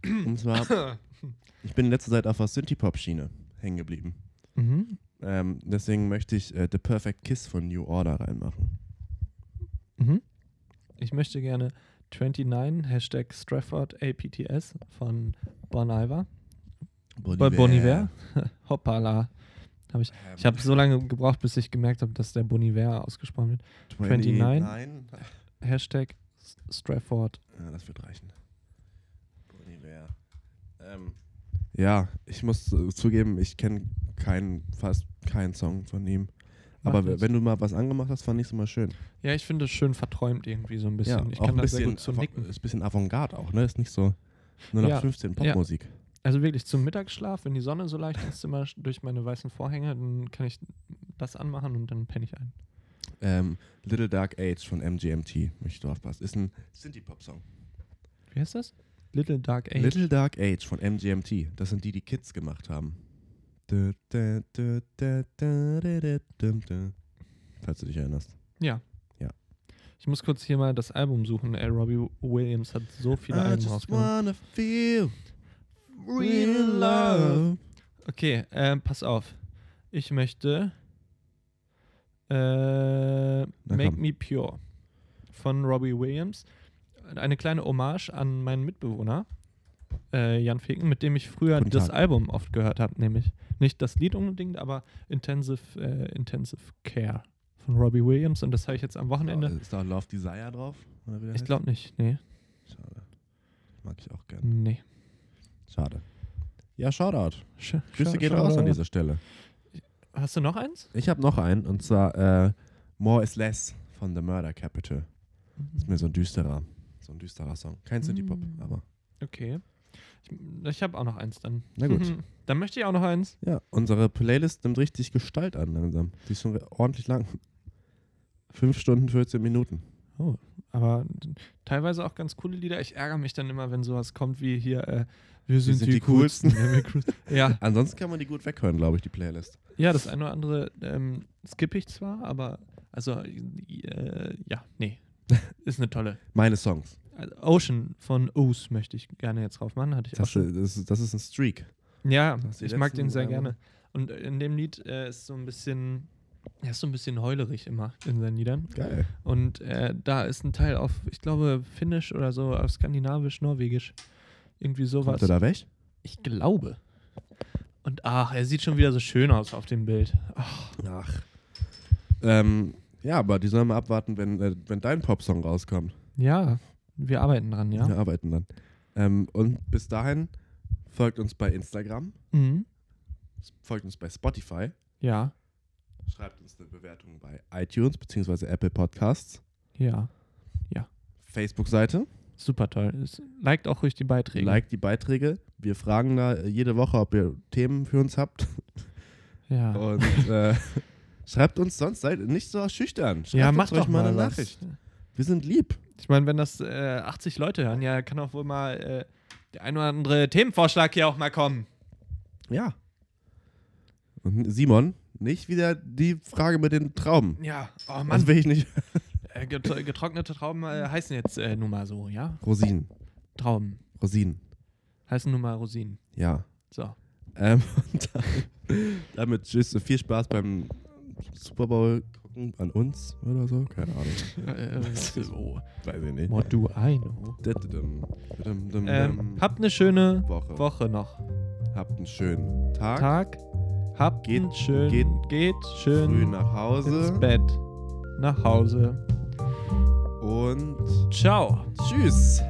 Speaker 2: Und zwar, ich bin in letzter Zeit auf der Synthie-Pop-Schiene hängen geblieben.
Speaker 3: Mhm.
Speaker 2: Ähm, deswegen möchte ich äh, The Perfect Kiss von New Order reinmachen.
Speaker 3: Mhm. Ich möchte gerne 29 Hashtag Strafford APTS von Bon Iver. Bei Bon Iver. Hoppala. Hab ich ich habe so lange gebraucht, bis ich gemerkt habe, dass der Bon Iver ausgesprochen wird.
Speaker 2: Ähm,
Speaker 3: 29.
Speaker 2: Nein.
Speaker 3: Hashtag S- Strafford.
Speaker 2: Ja, das wird reichen. Bon Iver. Ähm, ja, ich muss äh, zugeben, ich kenne keinen, fast keinen Song von ihm.
Speaker 3: Macht
Speaker 2: Aber w-
Speaker 3: nichts.
Speaker 2: wenn du mal was angemacht hast, fand ich es immer schön.
Speaker 3: Ja, ich finde es schön verträumt irgendwie so ein bisschen. ich
Speaker 2: auch
Speaker 3: kann
Speaker 2: ein
Speaker 3: da sehr
Speaker 2: bisschen,
Speaker 3: gut zu
Speaker 2: avant-
Speaker 3: nicken.
Speaker 2: ist ein bisschen Avantgarde auch, ne? Ist nicht so nur nach
Speaker 3: Ja,
Speaker 2: 15
Speaker 3: ja.
Speaker 2: Popmusik.
Speaker 3: Also wirklich zum Mittagsschlaf, wenn die Sonne so leicht ins Zimmer sch- durch meine weißen Vorhänge, dann kann ich das anmachen und dann penne ich ein.
Speaker 2: Ähm, Little Dark Age von MGMT, möchte ich drauf passen. Ist ein Synthie-Pop-Song.
Speaker 3: Wie heißt das? Little Dark Age.
Speaker 2: Little Dark Age von MGMT. Das sind die, die Kids gemacht haben. Dö, dö, dö, dö, dö, dö, dö, dö, dö. Falls du dich erinnerst.
Speaker 3: Ja.
Speaker 2: Ja.
Speaker 3: Ich muss kurz hier mal das Album suchen. Ey, Robbie Williams hat so viele Alben rausgebracht.
Speaker 2: wanna feel
Speaker 3: Okay, ähm, pass auf. Ich möchte äh, Make
Speaker 2: komm.
Speaker 3: Me Pure von Robbie Williams. Eine kleine Hommage an meinen Mitbewohner, äh, Jan Feken, mit dem ich früher
Speaker 2: Guten
Speaker 3: das
Speaker 2: Tag.
Speaker 3: Album oft gehört habe, nämlich nicht das Lied unbedingt, aber Intensive, äh, Intensive Care von Robbie Williams. Und das habe ich jetzt am Wochenende.
Speaker 2: Oh, Ist da Love Desire drauf? Oder wie der
Speaker 3: Ich glaube nicht, nee.
Speaker 2: heißt? Schade. Mag ich auch gerne.
Speaker 3: Nee.
Speaker 2: Schade. Ja, Shoutout.
Speaker 3: Sch
Speaker 2: Grüße
Speaker 3: sch-
Speaker 2: gehen
Speaker 3: sch-
Speaker 2: raus an dieser Stelle.
Speaker 3: Hast du noch eins?
Speaker 2: Ich habe noch einen und zwar äh, More is Less von The Murder Capital. Ist mir so ein düsterer, so ein düsterer Song. Kein Synthie-Pop,
Speaker 3: Mm.
Speaker 2: aber
Speaker 3: Okay. Ich, ich habe auch noch eins dann.
Speaker 2: na gut.
Speaker 3: dann möchte ich auch noch eins.
Speaker 2: Ja, unsere Playlist nimmt richtig Gestalt an langsam. Die ist schon re- ordentlich lang. Fünf Stunden, 14 Minuten.
Speaker 3: Oh, aber teilweise auch ganz coole Lieder. Ich ärgere mich dann immer, wenn sowas kommt wie hier, äh, wir sind, die, coolsten. wenn wir cruisen. ja,
Speaker 2: Ansonsten kann man die gut weghören, glaube ich, die Playlist.
Speaker 3: ja, das eine oder andere ähm, skippe ich zwar, aber also äh, ja, nee, ist eine tolle.
Speaker 2: Meine Songs.
Speaker 3: Also Ocean von Oos möchte ich gerne jetzt drauf machen, hatte ich auch
Speaker 2: Das,
Speaker 3: schon.
Speaker 2: ist- das, ist- das ist ein Streak.
Speaker 3: Ja,
Speaker 2: Das ist die
Speaker 3: ich mag
Speaker 2: letzten
Speaker 3: den sehr
Speaker 2: Jahre.
Speaker 3: gerne. Und in dem Lied äh, ist so ein bisschen, er ist so ein bisschen heulerig immer in seinen Liedern.
Speaker 2: Geil.
Speaker 3: Und äh, da ist ein Teil auf, ich glaube, Finnisch oder so, auf Skandinavisch, Norwegisch. Irgendwie sowas.
Speaker 2: Kommt er da weg?
Speaker 3: Ich glaube. Und ach, er sieht schon wieder so schön aus auf dem Bild. Ach,
Speaker 2: Ach. Ähm, ja, aber die sollen mal abwarten, wenn, äh, wenn dein Popsong rauskommt.
Speaker 3: ja, wir arbeiten dran, ja.
Speaker 2: Wir arbeiten dann. Ähm, und bis dahin folgt uns bei Instagram,
Speaker 3: Mhm.
Speaker 2: folgt uns bei Spotify,
Speaker 3: Ja,
Speaker 2: schreibt uns eine Bewertung bei iTunes bzw. Apple Podcasts,
Speaker 3: ja.
Speaker 2: Facebook-Seite.
Speaker 3: Super toll. Es liked auch ruhig die Beiträge.
Speaker 2: Liked die Beiträge. Wir fragen da äh, jede Woche, ob ihr Themen für uns habt.
Speaker 3: Ja.
Speaker 2: Und äh, schreibt uns sonst, seid nicht so schüchtern. Schreibt
Speaker 3: ja,
Speaker 2: uns
Speaker 3: macht
Speaker 2: ruhig
Speaker 3: doch mal
Speaker 2: eine
Speaker 3: was.
Speaker 2: Nachricht. Wir sind lieb.
Speaker 3: Ich meine, wenn das äh, 80 Leute hören, ja, kann auch wohl mal äh, der ein oder andere Themenvorschlag hier auch mal kommen.
Speaker 2: Ja. Und Simon, nicht wieder die Frage mit den Trauben.
Speaker 3: Ja, oh
Speaker 2: Das will ich nicht.
Speaker 3: Äh, get- getrocknete Trauben äh, heißen jetzt äh, nun mal so, ja?
Speaker 2: Rosinen.
Speaker 3: Trauben
Speaker 2: Rosinen.
Speaker 3: heißen nun mal Rosinen.
Speaker 2: Ja.
Speaker 3: So.
Speaker 2: Ähm, und dann, damit tschüss. Viel Spaß beim Super Bowl gucken an uns oder so. Keine Ahnung.
Speaker 3: Äh, so.
Speaker 2: Weiß ich nicht.
Speaker 3: What do I know?
Speaker 2: Dum, dum, dum,
Speaker 3: oh. Ähm,
Speaker 2: dum.
Speaker 3: habt eine schöne
Speaker 2: Woche.
Speaker 3: Woche noch.
Speaker 2: Habt einen schönen Tag.
Speaker 3: Tag. Habt
Speaker 2: Geht-
Speaker 3: einen schönen,
Speaker 2: geht-
Speaker 3: geht,
Speaker 2: Früh
Speaker 3: schön
Speaker 2: nach Hause.
Speaker 3: ins Bett. Nach Hause.
Speaker 2: Und
Speaker 3: Ciao.
Speaker 2: tschüss.